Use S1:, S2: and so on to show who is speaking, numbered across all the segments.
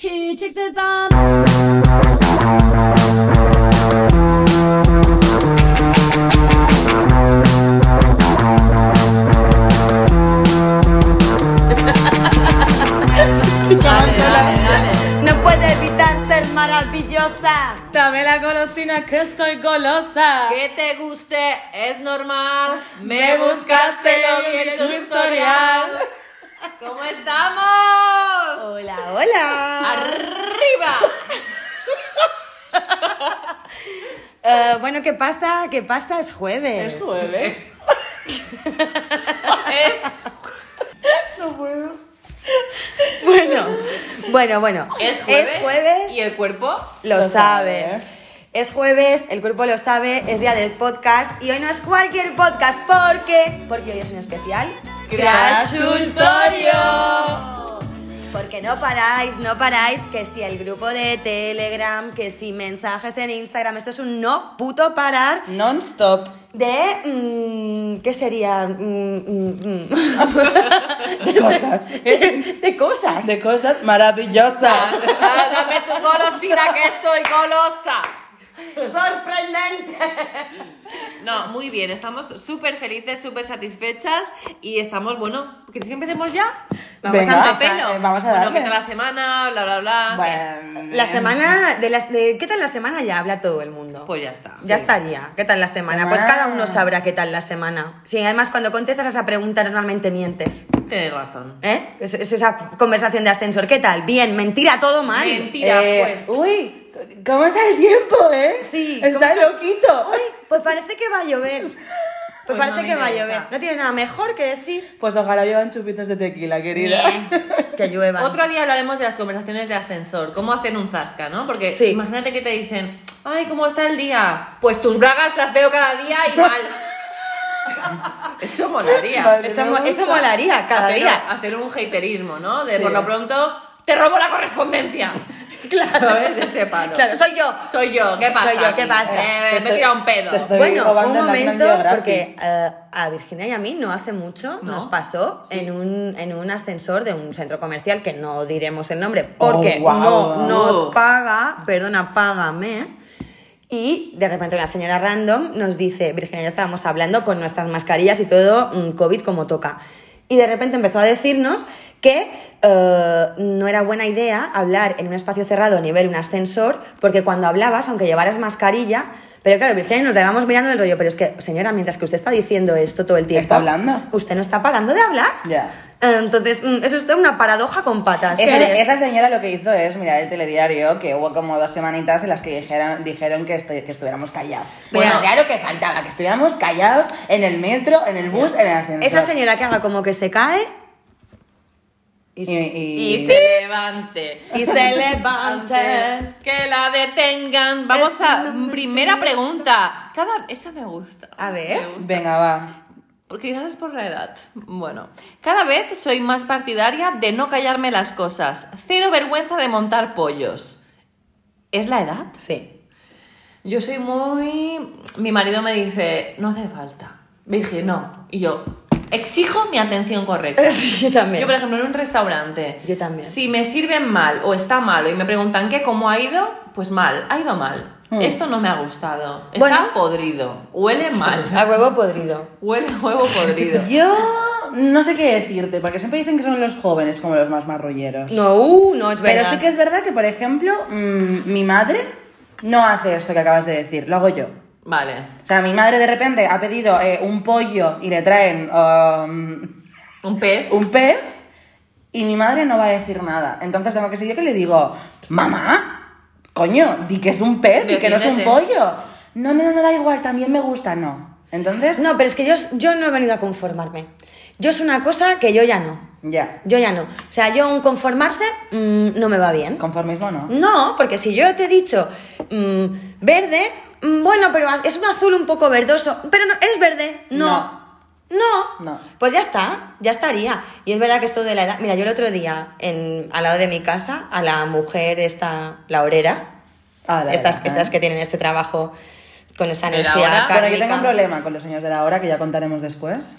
S1: Who took the bomb? No puedo evitar ser maravillosa.
S2: Dame la golosina que estoy golosa.
S3: Que te guste es normal.
S2: Me buscaste, yo vi en tu historial.
S3: ¿Cómo estamos?
S2: Hola, hola.
S3: Arriba.
S2: Eh, bueno, ¿qué pasa? ¿Qué pasa? Es jueves.
S4: Es jueves.
S3: Es
S4: No puedo.
S2: Bueno, bueno, bueno.
S3: es jueves.
S2: jueves,
S3: Y el cuerpo.
S2: lo,
S4: Lo
S2: sabe.
S4: sabe.
S2: Es jueves, el cuerpo lo sabe, es día del podcast y hoy no es cualquier podcast porque porque hoy es un especial Porque no paráis, no paráis, que si el grupo de Telegram, que si mensajes en Instagram, esto es un no puto parar
S4: Non-stop.
S2: de... mm, ¿Qué sería? Mm, mm, mm.
S4: Cosas.
S2: de cosas.
S4: De cosas maravillosas.
S3: Ah, Dame tu golosina que estoy golosa.
S2: Sorprendente.
S3: No, muy bien, estamos súper felices, súper satisfechas y estamos, bueno, ¿queréis que empecemos ya?
S2: Vamos
S4: Venga.
S2: a
S3: A
S2: empezar.
S3: pelo.
S4: eh, vamos a
S3: bueno,
S4: darle.
S3: ¿qué tal la semana? Bla, bla, bla.
S4: Bueno,
S2: La semana de las de qué tal la semana ya habla todo el mundo.
S3: Pues ya está.
S2: Ya
S3: Sí.
S2: estaría. ¿Qué tal la semana?
S4: Semana.
S2: Pues cada uno sabrá qué tal la semana. Sí, además cuando contestas a esa pregunta normalmente mientes.
S3: Tienes razón.
S2: ¿Eh? Es, es esa conversación de ascensor. ¿Qué tal? Bien, mentira, todo mal.
S3: Mentira,
S4: Eh,
S3: pues.
S4: Uy, ¿cómo está el tiempo, eh?
S2: Sí,
S4: Está loquito.
S2: Pues parece que va a llover. Pues,
S3: Pues no
S2: parece
S3: me
S2: que va a
S3: interesa.
S2: llover. No tienes nada mejor que decir
S4: Pues ojalá llevan chupitos de tequila, querida.
S3: Eh,
S2: que llueva.
S3: Otro día hablaremos de las conversaciones de ascensor, cómo hacer un zasca, ¿no? Porque
S2: Sí.
S3: imagínate que te dicen, ay, ¿cómo está el día? Pues tus bragas las veo cada día y mal. Eso molaría.
S4: Vale,
S2: Eso,
S4: me
S2: mo-
S4: gusta.
S2: eso molaría cada
S3: hacer,
S2: día.
S3: hacer un haterismo, ¿no? De
S4: Sí.
S3: por lo pronto, te robo la correspondencia. Claro. ¿Ves? De ese palo.
S2: Claro, soy yo.
S3: Soy yo, ¿qué pasa?
S2: Soy yo, ¿qué
S3: aquí?
S2: pasa?
S3: Eh, me
S4: Te
S3: he
S4: estoy-
S3: tirado un pedo.
S4: te estoy-
S2: Bueno,
S4: robando
S2: un
S4: la National
S2: momento,
S4: Geographic.
S2: porque eh, a Virginia y a mí no hace mucho
S3: No.
S2: nos pasó en, un, en un ascensor de un centro comercial que no diremos el nombre porque
S4: Oh, guau.
S2: no nos paga, perdona, págame. Y de repente una señora random nos dice, Virginia, ya estábamos hablando con nuestras mascarillas y todo, mm, COVID como toca. Y de repente empezó a decirnos que eh, no era buena idea hablar en un espacio cerrado a nivel un ascensor, porque cuando hablabas, aunque llevaras mascarilla, pero claro, Virginia, y nos la íbamos mirando el rollo, pero es que, señora, mientras que usted está diciendo esto todo el tiempo...
S4: Está hablando.
S2: Usted no está parando de hablar.
S4: Ya.
S2: Entonces, mm, es usted una paradoja con patas.
S4: Esa,
S2: ¿Qué eres?
S4: esa señora lo que hizo es mirar el telediario, que hubo como dos semanitas en las que dijeron, dijeron que, estu- que estuviéramos callados.
S2: Bueno.
S4: Bueno, claro que faltaba, que estuviéramos callados en el metro, en el bus, en el ascensor.
S2: Esa señora que haga como que se cae... Y, se-
S4: Y- y-
S2: y se
S3: se levante.
S2: y se
S3: Antes
S2: levanten.
S3: Que la detengan. Vamos a primera pregunta. Cada esa me gusta.
S2: A ver.
S3: Me gusta.
S4: Venga, va.
S3: Porque quizás es por la edad. Bueno, cada vez soy más partidaria de no callarme las cosas. Cero vergüenza de montar pollos. ¿Es la edad?
S2: Sí.
S3: Yo soy muy... Mi marido me dice, no hace falta. Virgen, no. Y yo, exijo mi atención correcta.
S2: yo también.
S3: Yo, por ejemplo, en un restaurante.
S2: Yo también.
S3: Si me sirven mal o está malo y me preguntan qué, cómo ha ido, pues mal, ha ido mal.
S4: Hmm.
S3: Esto no me ha gustado. Está
S2: Bueno.
S3: podrido. Huele mal.
S2: A huevo podrido.
S3: Huele a huevo podrido.
S4: Yo no sé qué decirte, porque siempre dicen que son los jóvenes como los más marrulleros.
S2: No, uh, no es
S4: Pero
S2: verdad.
S4: sí que es verdad que, por ejemplo, mm, mi madre no hace esto que acabas de decir, lo hago yo.
S3: Vale.
S4: O sea, mi madre de repente ha pedido eh, un pollo y le traen um,
S3: Un pez.
S4: un pez y mi madre no va a decir nada. Entonces tengo que ser yo que le digo, mamá, coño, di que es un pez y que no es un
S3: Defiéndete.
S4: pollo. No, no, no, da igual, también me gusta, no. Entonces,
S2: No, pero es que yo, yo no he venido a conformarme. Yo es una cosa que yo ya no.
S4: ya,
S2: Yo ya no. O sea, yo un conformarse mm, no me va bien.
S4: conformismo no.
S2: No, porque si yo te he dicho mm, verde, mm, bueno, pero es un azul un poco verdoso. Pero no, ¿eres verde? No. No.
S4: No.
S2: Pues ya está, ya estaría. Y es verdad que esto de la edad. Mira, yo el otro día, en, al lado de mi casa, a la mujer, esta, la orera,
S4: Ah, la
S2: estas,
S4: verdad,
S2: estas
S4: ¿eh?
S2: que tienen este trabajo con esa
S3: Pero
S2: energía
S3: ahora-
S2: kármica.
S4: Bueno, yo tengo un problema con los señores de la hora que ya contaremos después.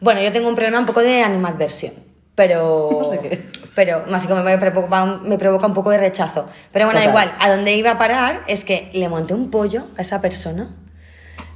S2: Bueno, yo tengo un problema un poco de animadversión. pero.
S4: No sé qué.
S2: Pero así como me provoca, un- me provoca un poco de rechazo. Pero bueno, da
S4: Total.
S2: igual, a donde iba a parar es que le monté un pollo a esa persona.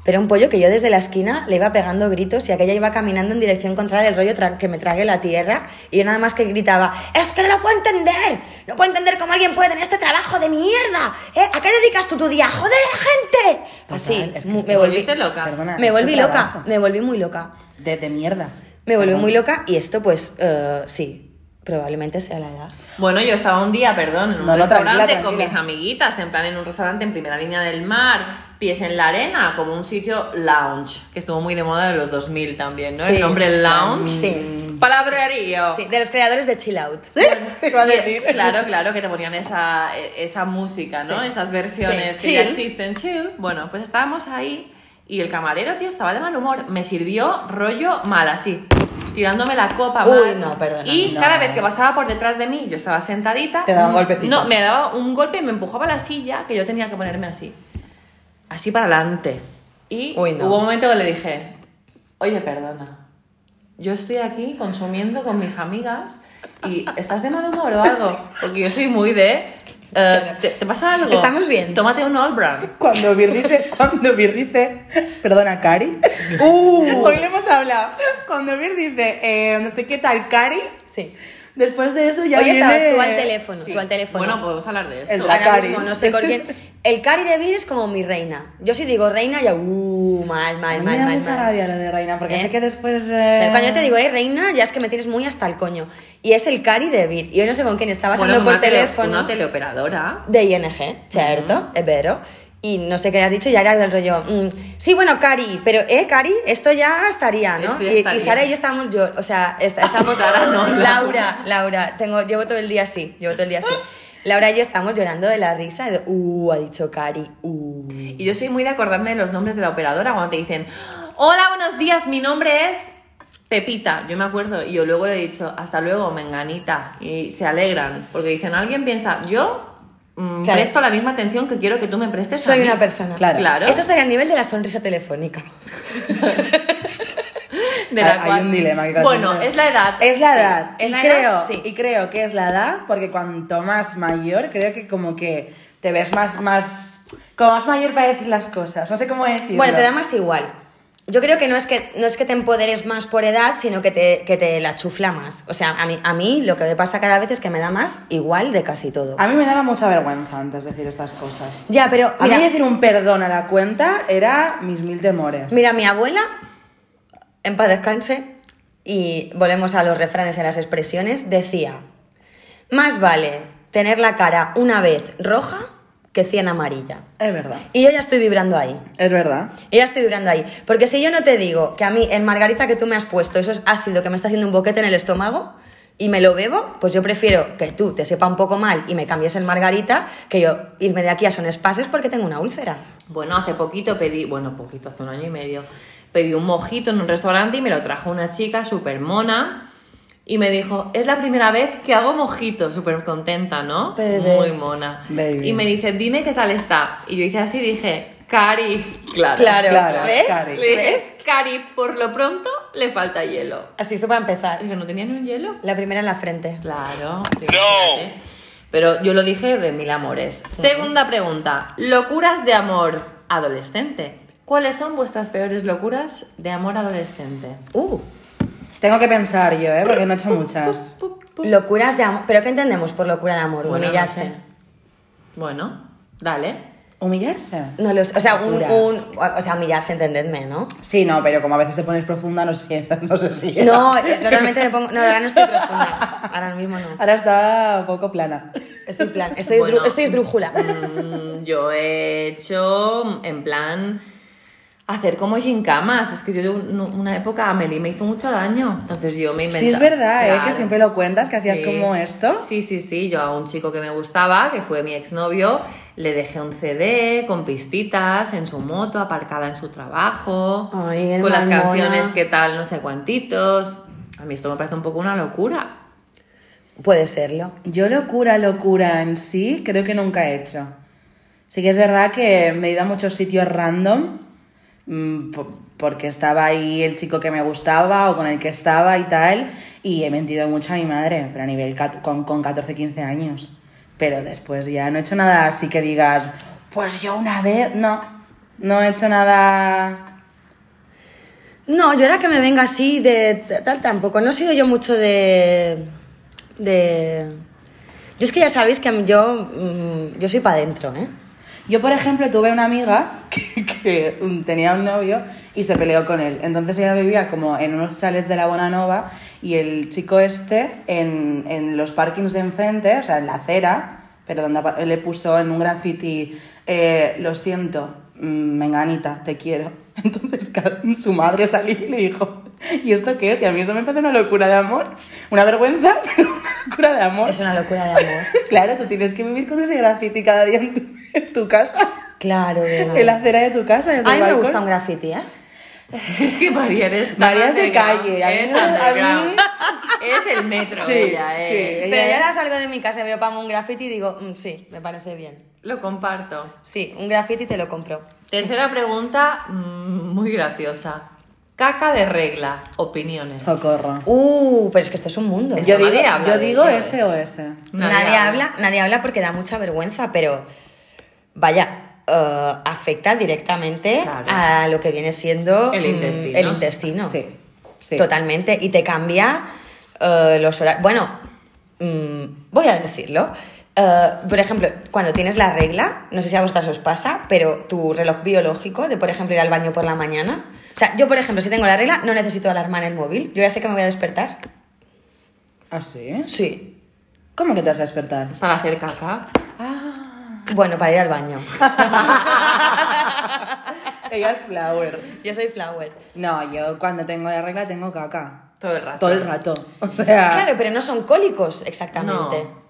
S2: Pero un pollo que yo desde la esquina le iba pegando gritos y aquella iba caminando en dirección contraria del rollo tra- que me trague la tierra y yo nada más que gritaba, es que no lo puedo entender, no puedo entender cómo alguien puede tener este trabajo de mierda, ¿eh? ¿A qué dedicas tú tu día? ¡Joder a la gente!
S4: Total,
S2: Así,
S4: es que
S2: mu-
S4: es
S2: me
S4: que
S2: volví,
S3: volviste loca.
S4: Perdona,
S2: me
S4: es su
S2: volví loca,
S4: trabajo.
S2: me volví muy loca.
S4: De, de mierda.
S2: Me volví muy
S4: loca.
S2: loca y esto pues eh, sí, probablemente sea la edad.
S3: Bueno, yo estaba un día, perdón, en un
S4: No, no,
S3: restaurante
S4: tranquila,
S3: con
S4: tranquila.
S3: mis amiguitas, en plan en un restaurante en primera línea del mar, pies en la arena, como un sitio lounge, que estuvo muy de moda en los 2000 también, ¿no?
S2: Sí.
S3: El nombre lounge.
S2: Sí.
S3: Palabrerío.
S2: Sí, de los creadores de Chill Out.
S4: Iba a
S3: Y-
S4: decir.
S3: Claro, claro, que te ponían esa, esa música, ¿no?
S2: Sí.
S3: Esas versiones
S2: Sí.
S3: que ya
S2: Chill.
S3: existen, chill. Bueno, pues estábamos ahí y el camarero, tío, estaba de mal humor. Me sirvió rollo mal, así, tirándome la copa
S2: Uy,
S3: mal.
S2: no, perdona,
S3: Y
S4: no.
S3: cada vez que pasaba por detrás de mí, yo estaba sentadita. Mm,
S4: Te daba un golpecito.
S3: No, me daba un golpe y me empujaba a la silla que yo tenía que ponerme así. Así para adelante. Y
S2: Uy, no.
S3: hubo un momento que le dije, oye, perdona. Yo estoy aquí consumiendo con mis amigas y estás de mal humor o algo, porque yo soy muy de... eh, ¿te, te pasa algo?
S2: Estamos bien.
S3: Tómate un All Brand.
S4: Cuando Vir dice, cuando Vir dice, perdona, Cari. Uh, hoy le hemos hablado. Cuando Vir dice, eh, no sé qué tal, Cari,
S2: Sí.
S4: después de eso ya
S2: Hoy
S4: viene-
S2: estabas tú al teléfono,
S3: Sí.
S2: tú al teléfono.
S3: Bueno, podemos hablar de esto.
S4: El
S2: Ahora
S4: Dracaris.
S2: mismo, no sé con quién. El Cari de Vir es como mi reina. Yo si digo reina, ya, uh,
S4: A
S2: mal,
S4: mí
S2: mal,
S4: me
S2: mal,
S4: da
S2: mal.
S4: mucha
S2: mal.
S4: rabia lo de Reina, porque
S2: ¿Eh?
S4: sé que después... eh,
S2: Pero cuando yo te digo, eh, reina, ya es que me tienes muy hasta el coño. Y es el Cari de Vir. Y yo no sé con quién estabas
S3: Bueno,
S2: hablando por
S3: una tele-
S2: teléfono.
S3: una teleoperadora.
S2: de ING, ¿cierto? Es vero. Y no sé qué le has dicho, ya era del rollo. mm, sí, bueno, Cari, pero, ¿eh, Cari? Esto ya estaría, ¿no?
S3: Esto ya
S2: y, y
S3: estaría.
S2: Sara y yo estábamos, yo, o sea, est- estamos.
S3: Sara no,
S2: Laura, Laura, tengo, llevo todo el día así, llevo todo el día así. Laura y yo estamos llorando de la risa, de, uh, ha dicho Cari, uh.
S3: Y yo soy muy de acordarme de los nombres de la operadora cuando te dicen, hola, buenos días, mi nombre es Pepita. Yo me acuerdo y yo luego le he dicho, hasta luego, menganita. Y se alegran, porque dicen, alguien piensa, yo mm,
S2: Claro.
S3: presto la misma atención que quiero que tú me prestes. a
S2: Soy
S3: mí".
S2: una persona.
S4: Claro.
S3: Claro.
S2: Esto estaría al nivel de la sonrisa telefónica.
S3: de la
S4: Hay- hay
S3: cual-
S4: un dilema que
S3: Bueno,
S4: contiene.
S3: es la edad.
S4: Es la
S2: Sí,
S4: edad.
S2: es
S4: y,
S2: la
S4: creo,
S2: edad, sí.
S4: y creo que es la edad, porque cuanto más mayor, creo que como que te ves más, más, como más mayor para decir las cosas. No sé cómo decirlo.
S2: Bueno, te da más igual. Yo creo que no es que, no es que te empoderes más por edad, sino que te, que te la chufla más. O sea, a mí, a mí lo que me pasa cada vez es que me da más igual de casi todo.
S4: A mí me daba mucha vergüenza antes decir estas cosas.
S2: Ya, pero
S4: a
S2: mira,
S4: mí decir un perdón a la cuenta era mis mil temores.
S2: mira, mi abuela, en paz descanse, y volvemos a los refranes y a las expresiones, decía, más vale tener la cara una vez roja que cien amarilla.
S4: Es verdad.
S2: Y yo ya estoy vibrando ahí.
S4: Es verdad.
S2: Y ya estoy vibrando ahí. Porque si yo no te digo que a mí el margarita que tú me has puesto, eso es ácido que me está haciendo un boquete en el estómago y me lo bebo, pues yo prefiero que tú te sepa un poco mal y me cambies el margarita que yo irme de aquí a son espases porque tengo una úlcera.
S3: Bueno, hace poquito pedí, bueno, poquito, hace un año y medio, pedí un mojito en un restaurante y me lo trajo una chica súper mona y me dijo, es la primera vez que hago mojito, súper contenta, ¿no?
S2: Bebé.
S3: Muy mona.
S4: Baby.
S3: Y me dice, dime qué tal está. Y yo hice así y dije, Cari, claro.
S2: Claro,
S4: claro,
S2: ¿ves?
S4: Cari.
S3: Le dije,
S2: ¿Ves?
S3: Cari, por lo pronto le falta hielo.
S2: Así, eso para empezar.
S3: Dije, ¿no tenía ni un hielo?
S2: La primera en la frente.
S3: Claro. imagínate. Pero yo lo dije de mil amores. Segunda pregunta. Locuras de amor adolescente. ¿Cuáles son vuestras peores locuras de amor adolescente?
S2: Uh,
S4: Tengo que pensar yo, ¿eh? Porque no he hecho muchas.
S2: locuras de amor. ¿Pero qué entendemos por locura de amor?
S3: Bueno, no
S2: Humillarse.
S3: sé. Bueno, dale.
S4: ¿Humillarse?
S2: No lo sé. O sea, un,
S4: Locura.
S2: un- o sea, humillarse, entendedme, ¿no?
S4: Sí, no, pero como a veces te pones profunda, no sé, si- no sé si...
S2: No, eh, normalmente me pongo. No, ahora no estoy profunda. Ahora mismo no.
S4: Ahora está un poco plana.
S2: Estoy en plan, estoy,
S3: Bueno.
S2: esdru- estoy esdrújula.
S3: Mm, yo he hecho en plan hacer como gincamas. Es que yo en una época a Meli me hizo mucho daño. Entonces yo me inventé.
S4: Sí, es verdad, ¿eh? Que siempre lo cuentas, que hacías
S3: Sí.
S4: como esto.
S3: Sí, sí, sí. Yo a un chico que me gustaba, que fue mi exnovio, le dejé un CD con pistitas en su moto, aparcada en su trabajo,
S2: Ay,
S3: con las
S2: hermanona.
S3: canciones que tal, no sé cuantitos. A mí esto me parece un poco una locura.
S2: Puede serlo.
S4: Yo locura, locura en sí, creo que nunca he hecho. Sí que es verdad que me he ido a muchos sitios random, mm, po- por, porque estaba ahí el chico que me gustaba o con el que estaba y tal, y he mentido mucho a mi madre, pero a nivel cat- con, con 14, 15 años. Pero después ya no he hecho nada así que digas, pues yo una vez, no, no he hecho nada...
S2: No, yo era que me venga así de t- tal tampoco. No he sido yo mucho de. de. Yo es que ya sabéis que yo. mm, yo soy para adentro, ¿eh?
S4: Yo, por ejemplo, tuve una amiga que, que, mm, tenía un novio y se peleó con él. Entonces ella vivía como en unos chalets de la Bonanova y el chico este en, en los parkings de enfrente, o sea, en la acera, pero donde apa- le puso en un graffiti, eh, lo siento, mm, menganita, te quiero. Entonces ca- su madre salió y le dijo, ¿y esto qué es? Y a mí esto me parece una locura de amor, una vergüenza, pero una locura de amor.
S2: Es una locura de amor.
S4: Claro, tú tienes que vivir con ese graffiti cada día en tu, en tu casa.
S2: Claro, de
S4: En la
S2: verdad.
S4: acera de tu casa. desde el
S2: A mí me
S4: balcón.
S2: gusta un graffiti, ¿eh?
S3: Es que María eres tan
S4: María es de
S3: underground,
S4: calle, a mí-
S3: eres
S4: a mí-
S3: underground. Es el metro
S4: Sí,
S3: ella, eh.
S4: sí.
S2: Pero yo ahora salgo de mi casa y veo para un graffiti y digo, mm, sí, me parece bien.
S3: Lo comparto.
S2: Sí, un graffiti te lo compro.
S3: Tercera pregunta, mm, muy graciosa. Caca de regla, opiniones.
S4: Socorro.
S2: Uh, pero es que esto es un mundo.
S3: Es
S4: Yo digo,
S3: Nadie habla
S4: yo
S3: de
S4: digo
S3: ello,
S4: ese o ese.
S2: Nadie, habla. nadie habla porque da mucha vergüenza, pero vaya, eh, afecta directamente
S3: Claro.
S2: a lo que viene siendo
S3: El
S2: mm,
S3: intestino.
S2: el intestino.
S4: Sí. sí.
S2: Totalmente. Y te cambia eh, los horarios. Bueno, mm, voy a decirlo. Eh, por ejemplo, cuando tienes la regla, no sé si a vosotras os pasa, pero tu reloj biológico de, por ejemplo, ir al baño por la mañana. O sea, yo, por ejemplo, si tengo la regla, no necesito alarma en el móvil. Yo ya sé que me voy a despertar.
S4: ¿Ah, sí?
S2: Sí.
S4: ¿Cómo que te vas a despertar?
S3: Para hacer caca.
S2: Bueno, para ir al baño.
S4: Ella es flower.
S2: Yo soy flower.
S4: No, yo cuando tengo la regla tengo caca.
S3: Todo el rato.
S4: Todo el rato. O sea,
S2: Ah, Claro, pero no son cólicos exactamente.
S3: No.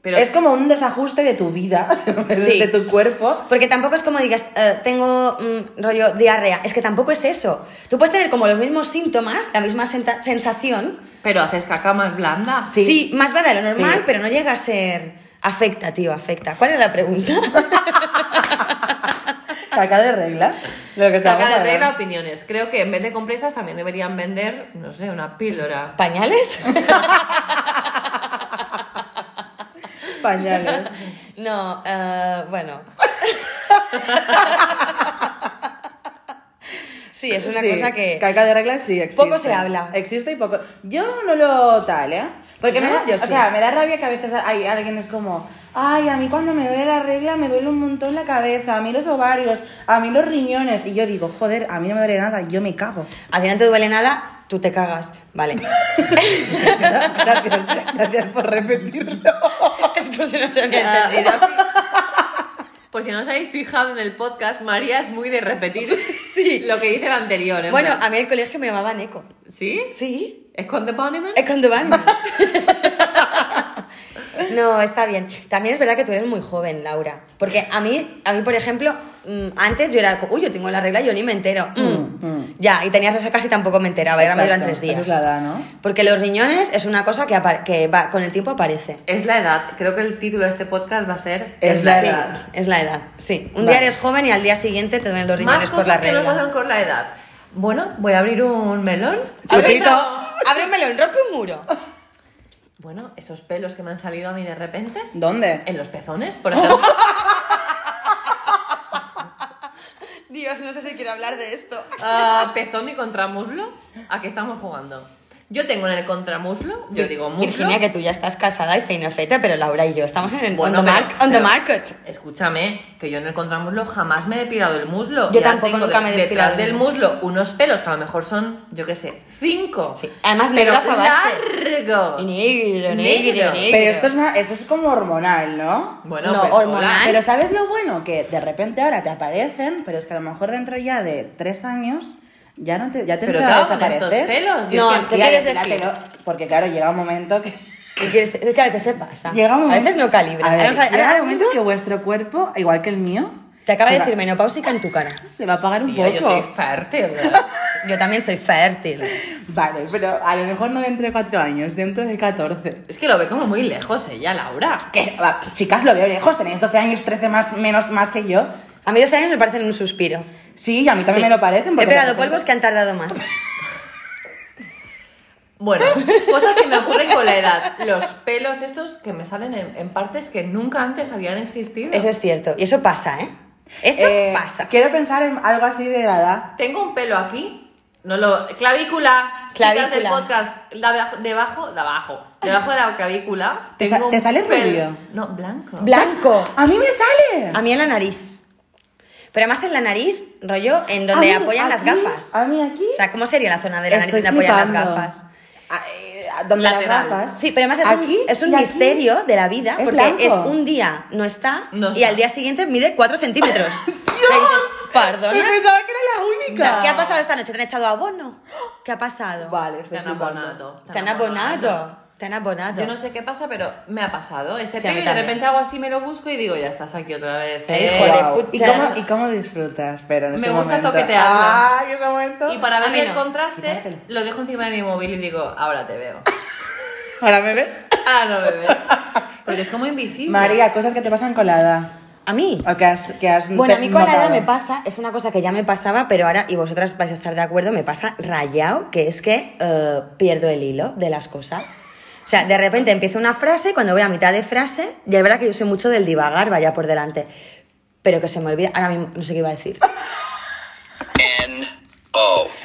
S3: Pero
S4: es como un desajuste de tu vida,
S2: Sí.
S4: de tu cuerpo.
S2: Porque tampoco es como digas, eh, tengo mm, rollo diarrea. Es que tampoco es eso. Tú puedes tener como los mismos síntomas, la misma senta- sensación.
S3: pero haces caca más blanda.
S2: Sí, más bada de lo normal,
S4: Sí.
S2: pero no llega a ser afecta, tío, afecta. ¿Cuál es la pregunta?
S4: Caca de regla. Lo que estamos
S3: Caca de
S4: hablando.
S3: regla, opiniones. Creo que en vez de compresas también deberían vender, no sé, una píldora.
S2: ¿Pañales?
S4: Pañales.
S2: no, eh, bueno. sí, es una
S4: Sí,
S2: cosa que...
S4: Caca de reglas sí existe.
S2: Poco se habla.
S4: Existe y poco. Yo no lo tal, ¿eh? Porque me
S2: No,
S4: da,
S2: yo
S4: o
S2: sí.
S4: sea, me da rabia que a veces hay alguien es como, ay, a mí cuando me duele la regla me duele un montón la cabeza, a mí los ovarios, a mí los riñones. Y yo digo, joder, a mí no me duele nada, yo me cago.
S2: A ti no te duele nada, tú te cagas. Vale.
S4: gracias, gracias por repetirlo.
S2: es por si no se había
S3: Ah,
S2: entendido.
S3: Por si no os habéis fijado en el podcast, María es muy de repetir lo que dice el anterior. ¿eh?
S2: Bueno, a mí en el colegio me llamaban eco.
S3: ¿sí?
S2: Sí.
S3: ¿Es con The Bunnyman?
S2: Es cuando van. No, está bien. También es verdad que tú eres muy joven, Laura. Porque a mí, a mí por ejemplo, mm, antes yo era, como, uy, yo tengo la regla, yo ni me entero. Mm.
S4: Mm, mm.
S2: Ya, y tenías esa casi tampoco me enteraba, era me duran tres días.
S4: Esa es la edad, ¿no?
S2: Porque los riñones es una cosa que, apa- que va, con el tiempo aparece.
S3: Es la edad. Creo que el título de este podcast va a ser
S4: Es la
S2: Sí,
S4: edad.
S2: es la edad, sí. Un
S4: Vale.
S2: día eres joven y al día siguiente te duelen los
S3: Más
S2: riñones por la
S3: cosas que
S2: regla.
S3: nos pasan con la edad. Bueno, voy a abrir un melón.
S4: Chupito.
S2: Abre un melón, rompe un muro.
S3: Bueno, esos pelos que me han salido a mí de repente.
S4: ¿Dónde?
S3: En los pezones, por ejemplo.
S2: Dios, no sé si quiero hablar de esto.
S3: Ah, pezón y contramuslo. ¿A qué estamos jugando? Yo tengo en el contramuslo, yo digo muslo.
S2: Virginia, que tú ya estás casada y feina feta, pero Laura y yo estamos en el
S3: Bueno,
S2: on, the
S3: pero-
S2: mark- on the
S3: pero-
S2: market.
S3: Escúchame, que yo en el contramuslo jamás me he depilado el muslo.
S2: Yo
S3: Ya
S2: tampoco
S3: tengo
S2: nunca me he depilado
S3: Detrás
S2: el
S3: del muslo unos pelos que a lo mejor son, yo qué sé, cinco.
S2: Sí, además
S3: pero
S2: negro azabache.
S3: largos.
S2: Negro, negro, negro.
S4: Pero esto es más, eso es como hormonal, ¿no?
S3: Bueno,
S2: No,
S3: pues,
S2: hormonal.
S3: hola.
S4: Pero ¿sabes lo bueno? Que de repente ahora te aparecen, pero es que a lo mejor dentro ya de tres años ya no te, ya te
S3: Pero
S4: empieza a
S3: claro, con
S4: desaparecer.
S3: estos pelos. yo
S2: No,
S3: es que-
S2: ¿qué
S4: Tía,
S2: quieres
S4: depílatelo, Porque claro, llega un momento que...
S2: ¿Qué quieres? Es que a veces se pasa.
S4: Llega un
S2: a
S4: momento-
S2: veces no calibra.
S4: A ver,
S2: Ahora, o sea,
S4: llega
S2: ahora
S4: el momento que
S2: mismo
S4: vuestro cuerpo, igual que el mío,
S2: Te acaba
S4: se
S2: de
S4: va-
S2: decir menopáusica en tu cara.
S4: se va a apagar un
S3: Tía, yo
S4: poco.
S3: soy fértil. ¿verdad?
S2: Yo también soy fértil.
S4: Vale, pero a lo mejor no dentro de cuatro años, dentro de 14.
S3: es que lo ve como muy lejos ella, Laura.
S4: Que, va, chicas, lo veo lejos, tenéis 12 años, 13 más, menos más que yo.
S2: A mí 12 años me parecen un suspiro.
S4: Sí, y a mí también me lo parecen.
S2: He
S4: porque de
S2: pegado
S4: repente-
S2: polvos que han tardado más.
S3: Bueno, cosas que me ocurren con la edad. Los pelos esos que me salen en, en partes que nunca antes habían existido.
S2: Eso es cierto. Y eso pasa, ¿eh? Eso
S4: Eh,
S2: pasa.
S4: Quiero pensar en algo así de la edad.
S3: Tengo un pelo aquí. No lo. Clavícula.
S2: Clavícula.
S3: chicas del podcast. la de- debajo, de abajo. Debajo de la clavícula.
S4: ¿Te sa-
S3: tengo un
S4: te sale
S3: pelo-
S4: rubio?
S3: No, blanco.
S2: Blanco.
S4: ¡A mí me sale!
S2: A mí en la nariz. Pero además en la nariz, rollo, en donde
S4: A mí
S2: apoyan las
S4: aquí,
S2: gafas.
S4: A mí aquí.
S2: O sea, ¿cómo sería la zona de la nariz
S4: estoy
S2: donde apoyan las
S4: flipando.
S2: gafas?
S4: Ah, eh, Donde las
S3: Lateral.
S4: gafas.
S2: Sí, pero además es
S4: Aquí
S2: un, es un
S4: y aquí.
S2: misterio de la vida,
S4: Es
S2: porque
S4: blanco.
S2: es un día no está
S3: No
S2: y
S3: está.
S2: al día siguiente mide 4 centímetros. Y dices,
S4: Pero
S2: Perdona.
S4: pensaba que era la
S2: O
S4: única.
S2: sea, ¿Qué ha pasado esta noche? ¿Te han echado abono? ¿Qué ha pasado?
S4: Vale, estoy
S3: Tan
S4: flipando.
S3: abonado.
S2: Te han abonado. Te han abonado.
S3: Yo no sé qué pasa, pero me ha pasado ese
S2: Sí, a mí
S3: pelo y de
S2: también.
S3: repente hago así, me lo busco y digo, ya estás aquí otra vez.
S2: Eh,
S3: ¿eh?".
S2: joder.
S4: Guau.
S2: puta.
S4: ¿Y, cómo, ¿Y cómo disfrutas? Pero en
S3: Me
S4: ese
S3: gusta
S4: momento.
S3: toquetearlo.
S4: Ah, en ese momento.
S3: Y para
S2: A
S3: ver
S2: mí
S3: el
S2: no.
S3: contraste,
S4: Quítatelo.
S3: lo dejo encima de mi móvil y digo, ahora te veo.
S4: ¿Ahora me ves?
S3: Ah, no me ves. Porque es como invisible.
S4: María, cosas que te pasan con la edad.
S2: ¿A mí?
S4: O que has, que has
S2: Bueno, a
S4: pe-
S2: mí con la edad
S4: notado.
S2: me pasa, es una cosa que ya me pasaba, pero ahora, y vosotras vais a estar de acuerdo, me pasa rayado, que es que eh, pierdo el hilo de las cosas. O sea, de repente empiezo una frase, cuando voy a mitad de frase, ya es verdad que yo soy mucho del divagar, vaya por delante, pero que se me olvida, ahora mismo no sé qué iba a decir.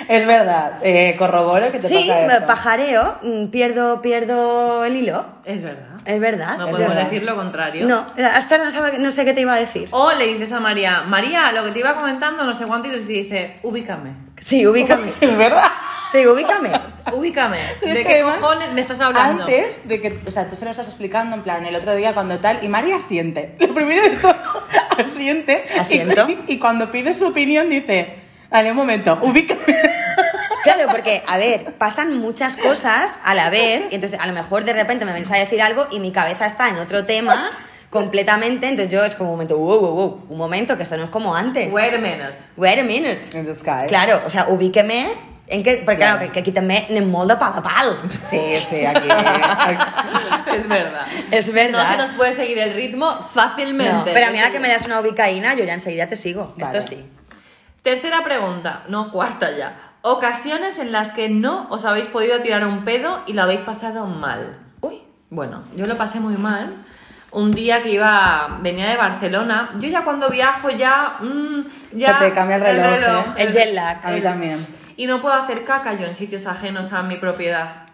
S4: Es verdad, eh, corroboro que te
S2: Sí,
S4: pasa
S2: me
S4: eso.
S2: pajareo, mm, pierdo, pierdo el hilo,
S3: Es verdad.
S2: es verdad.
S3: No
S2: Ah, es
S3: podemos
S2: verdad.
S3: decir lo contrario.
S2: No, hasta ahora no, sabe- no sé qué te iba a decir.
S3: O le dices a María, María, lo que te iba comentando, no sé cuánto, y te dice, ubícame.
S2: Sí, ubícame.
S4: Es verdad.
S2: Te digo, ubícame.
S3: Ubícame.
S4: Es
S3: ¿De
S4: que
S3: qué
S4: además,
S3: cojones me estás hablando?
S4: Antes de que, o sea, tú se lo estás explicando en plan el otro día cuando tal, y María asiente. Lo primero de todo, asiente. y-
S2: Asiento.
S4: Y, cuando pide su opinión dice, dale un momento, ubícame.
S2: Claro, porque, a ver, pasan muchas cosas a la vez, y entonces a lo mejor de repente me venís a decir algo y mi cabeza está en otro tema completamente, entonces yo es como un momento, wow, wow, wow, un momento, que esto no es como antes.
S3: Wait a minute.
S2: Wait a minute.
S4: In the sky.
S2: Claro, o sea, ubíqueme en que, porque claro,
S4: Claro.
S2: que, que aquí también en molda para pal.
S4: Sí, sí, aquí. aquí.
S3: Es verdad.
S2: Es verdad.
S3: No se nos puede seguir el ritmo fácilmente.
S2: No, pero a mí ahora que me das una ubicaína, yo ya enseguida te sigo.
S4: Vale.
S2: Esto sí.
S3: Tercera pregunta, no cuarta ya. Ocasiones en las que no os habéis podido tirar un pedo y lo habéis pasado mal.
S2: Uy.
S3: Bueno, yo lo pasé muy mal. Un día que iba, venía de Barcelona, yo ya cuando viajo ya, mm, ya
S4: Se te cambia el reloj, ¿eh?
S2: El jet lag.
S4: A mí también.
S3: Y no puedo hacer caca yo en sitios ajenos a mi propiedad.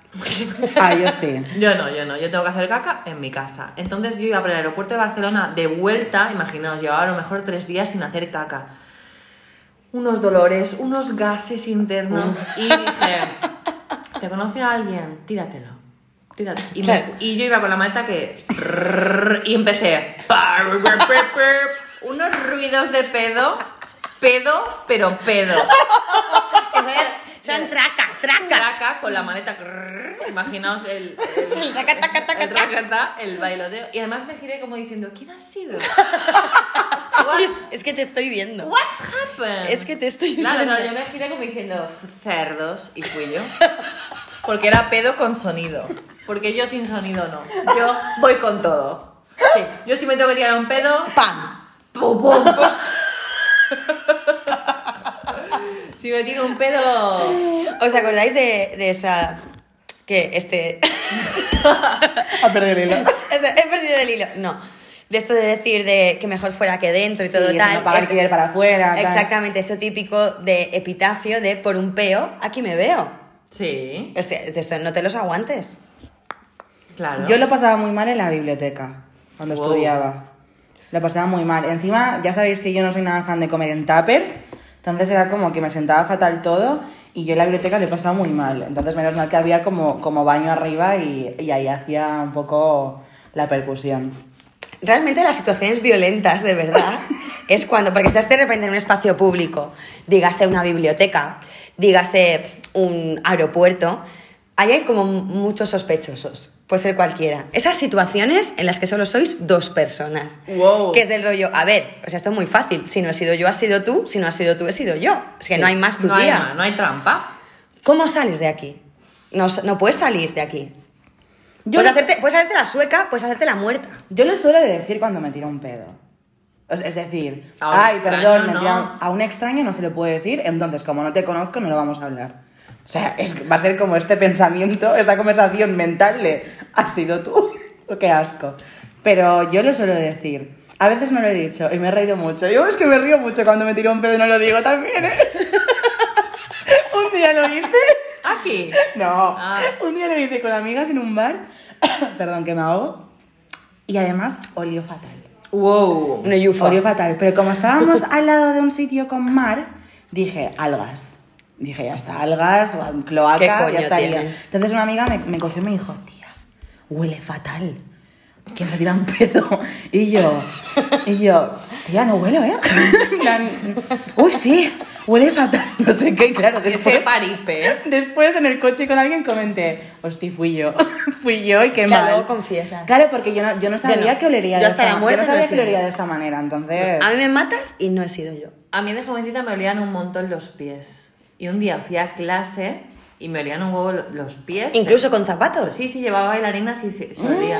S4: Ah, yo sí.
S3: Yo no, yo no, yo tengo que hacer caca en mi casa. Entonces yo iba por el aeropuerto de Barcelona de vuelta, imaginaos, llevaba a lo mejor tres días sin hacer caca. Unos dolores, unos gases internos y dije, ¿te conoce a alguien? Tíratelo. Tírate. Y, me-
S2: Claro.
S3: y yo iba con la maleta que... Y empecé... Unos ruidos de pedo, pedo, pero pedo. Que son-
S2: Son traca, traca.
S3: Traca con la maleta. crrr, Imaginaos el. El,
S2: El taca, taca, taca,
S3: el
S2: taca.
S3: racata, el bailoteo. Y además me giré como diciendo: ¿Quién ha sido?
S2: Es,
S3: What's,
S2: es que te estoy viendo.
S3: what's happened?
S2: Es que te estoy
S3: Claro,
S2: viendo.
S3: claro, yo me giré como diciendo: cerdos. Y fui yo. Porque era pedo con sonido. Porque yo sin sonido no. Yo voy con todo.
S2: Sí.
S3: Yo si me tengo que tirar un pedo.
S2: ¡Pam!
S3: pum, pum, pum. Si me tiro un pedo.
S2: ¿Os acordáis de, de esa... que este...
S4: A perder el hilo.
S2: o sea, he perdido el hilo. No. De esto de decir de que mejor fuera que dentro y
S4: Sí,
S2: todo
S4: eso,
S2: tal.
S4: no pagar
S2: Este-
S4: alquiler para afuera. tal.
S2: exactamente, eso típico de epitafio de por un peo, aquí me veo.
S3: Sí,
S2: O sea, de esto no te los aguantes.
S3: claro.
S4: Yo lo pasaba muy mal en la biblioteca, cuando
S3: Wow.
S4: estudiaba. Lo pasaba muy mal. Encima, ya sabéis que yo no soy nada fan de comer en tupper, entonces era como que me sentaba fatal todo y yo en la biblioteca lo he pasado muy mal. Entonces, menos mal que había como, como baño arriba y, y ahí hacía un poco la percusión.
S2: Realmente las situaciones violentas, de verdad, es cuando, porque estás de repente en un espacio público, dígase una biblioteca, dígase un aeropuerto, ahí hay como muchos sospechosos, puede ser cualquiera. Esas situaciones en las que solo sois dos personas.
S3: Wow.
S2: Que es del rollo, a ver, o sea, esto es muy fácil, si no he sido yo, has sido tú, si no has sido tú, he sido yo. Es que
S4: Sí.
S2: no hay más tu
S3: no
S2: tía.
S3: Hay, ma- no hay trampa.
S2: ¿Cómo sales de aquí? No, s- no puedes salir de aquí.
S4: Yo
S2: puedes,
S4: no-
S2: hacerte, puedes hacerte la sueca, puedes hacerte la muerta.
S4: Yo lo suelo decir cuando me tiro un pedo. O sea, Es decir,
S3: A un
S4: ay,
S3: extraño,
S4: perdón, me he
S3: no.
S4: tirado- a un extraño no se le puede decir, entonces como no te conozco no lo vamos a hablar. O sea, es, va a ser como este pensamiento, esta conversación mental de, has sido tú, qué asco. Pero yo lo suelo decir, a veces no lo he dicho y me he reído mucho. Yo es que me río mucho cuando me tiro un pedo y no lo digo también, ¿eh? un día lo hice.
S3: Aquí.
S4: No.
S3: Ah.
S4: Un día lo hice con amigas en un bar. Perdón, que me ahogo. Y además, olió fatal.
S3: Wow.
S2: Una yufa.
S4: Olió fatal. Pero como estábamos al lado de un sitio con mar, dije, algas. Dije, ya está, algas, o
S2: ¿Qué
S4: cloaca,
S2: coño
S4: ya estaría.
S2: tienes?
S4: Entonces una amiga me, me cogió y me dijo, tía, huele fatal. ¿Quién se tira un pedo? Y yo, y yo, tía, no huelo, ¿eh? En plan, Uy, sí, huele fatal. No sé qué, claro.
S3: Ese
S4: después-
S3: paripe.
S4: Después en el coche con alguien comenté, hosti, fui yo, fui yo y qué
S2: Ya,
S4: mal.
S2: luego confiesas.
S4: Claro, porque yo no, yo no sabía
S2: Yo no.
S4: que olería
S2: Yo
S4: de
S2: hasta
S4: esta
S2: la muerte
S4: Yo no
S2: no
S4: sabía
S2: he
S4: que
S2: sido.
S4: olería de esta manera, entonces...
S2: A mí me matas y no he sido yo.
S3: A mí de jovencita me olían un montón los pies. Y un día fui a clase y me olían un huevo lo- los pies.
S2: Incluso con zapatos.
S3: Sí, sí, llevaba bailarinas y se, se olía.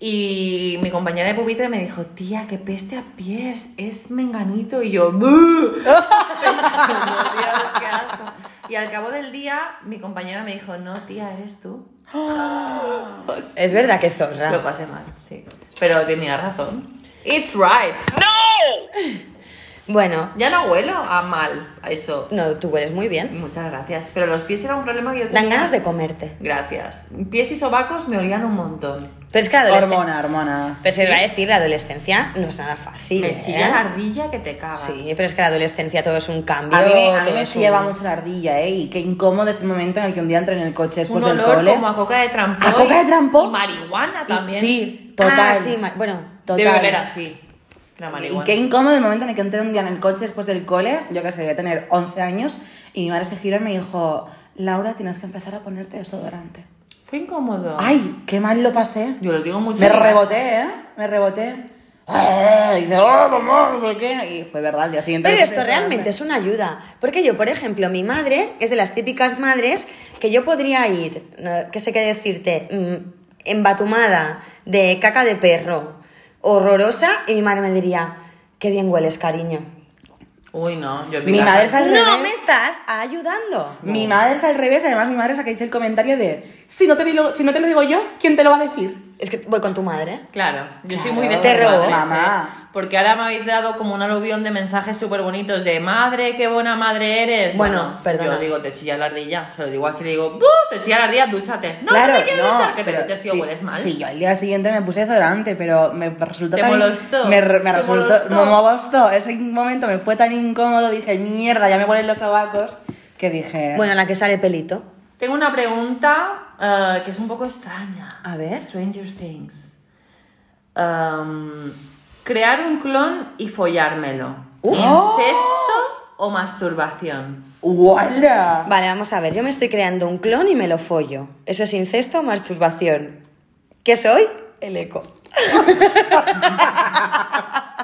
S3: Y mi compañera de pupitre me dijo, tía, qué peste a pies, es menganito. Y yo, "Buh". Pensando, "Dios, qué asco". Y al cabo del día, mi compañera me dijo, no, tía, eres tú.
S2: Es verdad que
S3: Lo
S2: zorra.
S3: pasé mal, sí. Pero tenía razón. It's right.
S2: Bueno,
S3: Ya no huelo a mal a eso.
S2: no, tú hueles muy bien.
S3: Muchas gracias. Pero los pies era un problema que yo tenía.
S2: Dan ganas de comerte.
S3: Gracias. Pies y sobacos me olían un montón.
S2: Pero es que la adolescencia.
S4: Hormona, hormona.
S2: Pero se lo va a decir, la adolescencia no es nada fácil.
S3: Me
S2: ¿eh?
S3: chilla la ardilla que te cagas.
S2: Sí, pero es que la adolescencia todo es un cambio.
S4: A mí, a mí
S2: todo
S4: me
S2: es
S4: lleva
S2: un-
S4: mucho la ardilla, ¿eh? Y qué incómodo es el momento en el que un día entré en el coche
S3: un
S4: después del
S3: olor
S4: cole.
S3: como a coca de trampó.
S4: ¿A coca de trampó?
S3: Y marihuana
S4: Y-
S3: también.
S4: sí, total.
S2: Ah, sí, ma- bueno.
S4: total.
S3: Debe oler así. La
S4: Y
S3: marihuana.
S4: qué incómodo el momento en el que entré un día en el coche después del cole, yo que sé, debía tener 11 años, y mi madre se giró y me dijo, Laura, tienes que empezar a ponerte desodorante.
S3: Fue incómodo.
S4: Ay, qué mal lo pasé.
S3: Yo lo digo mucho.
S4: Me reboté, ¿eh? Me reboté. ¡Eh! Y dice, "Oh, mamá, no sé qué". Y fue verdad, al día siguiente.
S2: Pero
S4: me
S2: esto
S4: puse
S2: realmente es una ayuda. Porque yo, por ejemplo, mi madre es de las típicas madres que yo podría ir, no, que sé qué decirte, mm, embatumada de caca de perro, horrorosa, y mi madre me diría, qué bien hueles, cariño.
S3: Uy, no. Yo en
S4: Mi
S3: casa-
S4: madre fue al
S2: No
S4: revés.
S2: me estás ayudando.
S4: Mi madre es al revés, además mi madre es la que dice el comentario de si no, te digo, si no te lo digo yo, ¿quién te lo va a decir?
S2: Es que voy con tu madre.
S3: Claro, yo soy
S4: Claro,
S3: muy de
S2: te
S3: esas
S2: robó,
S3: madres,
S4: mamá.
S3: ¿eh? Porque ahora me habéis dado como un aluvión de mensajes súper bonitos de madre, qué buena madre eres.
S2: Bueno, perdona.
S3: Yo digo, te chilla la ardilla. Se lo digo así, le digo, "Buh, te chilla la ardilla, dúchate. No,
S4: claro,
S3: no te quiero
S4: no,
S3: duchar, que te
S4: pero
S3: duches, tío,
S4: sí,
S3: hueles mal.
S4: Sí, yo al día siguiente me puse desodorante, pero me resultó
S3: ¿Te
S4: tan.
S3: molestó?
S4: Me, re- me
S3: ¿Te
S4: resultó.
S3: molestó?
S4: Me molestó. Ese momento me fue tan incómodo, dije, mierda, ya me huelen los sobacos, que dije.
S2: Bueno, la que sale pelito.
S3: Tengo una pregunta eh, que es un poco extraña.
S2: A ver.
S3: Stranger Things. Um, crear un clon y follármelo.
S4: Uh.
S2: ¡Oh!
S3: ¿Incesto o masturbación?
S4: ¡Wala!
S2: Vale, vamos a ver. Yo me estoy creando un clon y me lo follo. ¿Eso es incesto o masturbación? ¿Qué soy? El eco.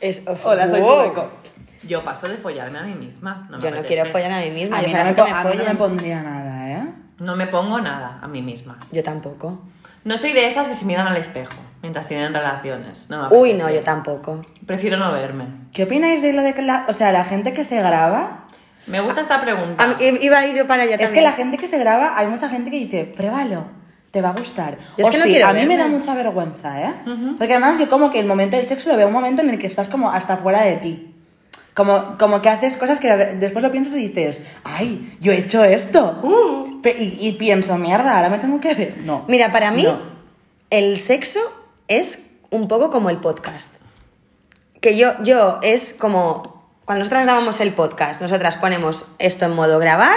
S2: Es-
S4: Hola, soy
S2: wow.
S4: Tudeco.
S3: Yo paso de follarme a mí misma. No me
S2: Yo no
S3: apetece.
S2: quiero follar a mí misma.
S4: A
S2: yo
S4: mí, no
S2: sabes
S4: me,
S2: que
S4: po-
S2: me
S4: a mí no me
S2: follan.
S4: pondría nada, ¿eh?
S3: No me pongo nada a mí misma.
S2: Yo tampoco.
S3: No soy de esas que se miran al espejo mientras tienen relaciones. No me apetece.
S2: Uy, no, yo tampoco.
S3: Prefiero no verme.
S4: ¿Qué opináis de lo de que la, o sea, la gente que se graba?
S3: Me gusta esta pregunta.
S2: Ah, A mí- i- iba a ir yo para allá
S4: Es que
S2: también.
S4: la gente que se graba, hay mucha gente que dice, pruébalo, te va a gustar.
S2: Yo es que no
S4: Hosti,
S2: quiero
S4: a mí me
S2: verme.
S4: da mucha vergüenza, ¿eh? Porque además yo como que el momento del sexo lo veo un momento en el que estás como hasta fuera de ti. Como, como que haces cosas que a ve- después lo piensas y dices, ay, yo he hecho esto. Pe- y, y pienso, mierda, ahora me tengo que ver. No.
S2: Uh. Mira, para mí,
S4: No.
S2: el sexo es un poco como el podcast. Que yo, yo es como. Cuando nosotras grabamos el podcast, nosotras ponemos esto en modo grabar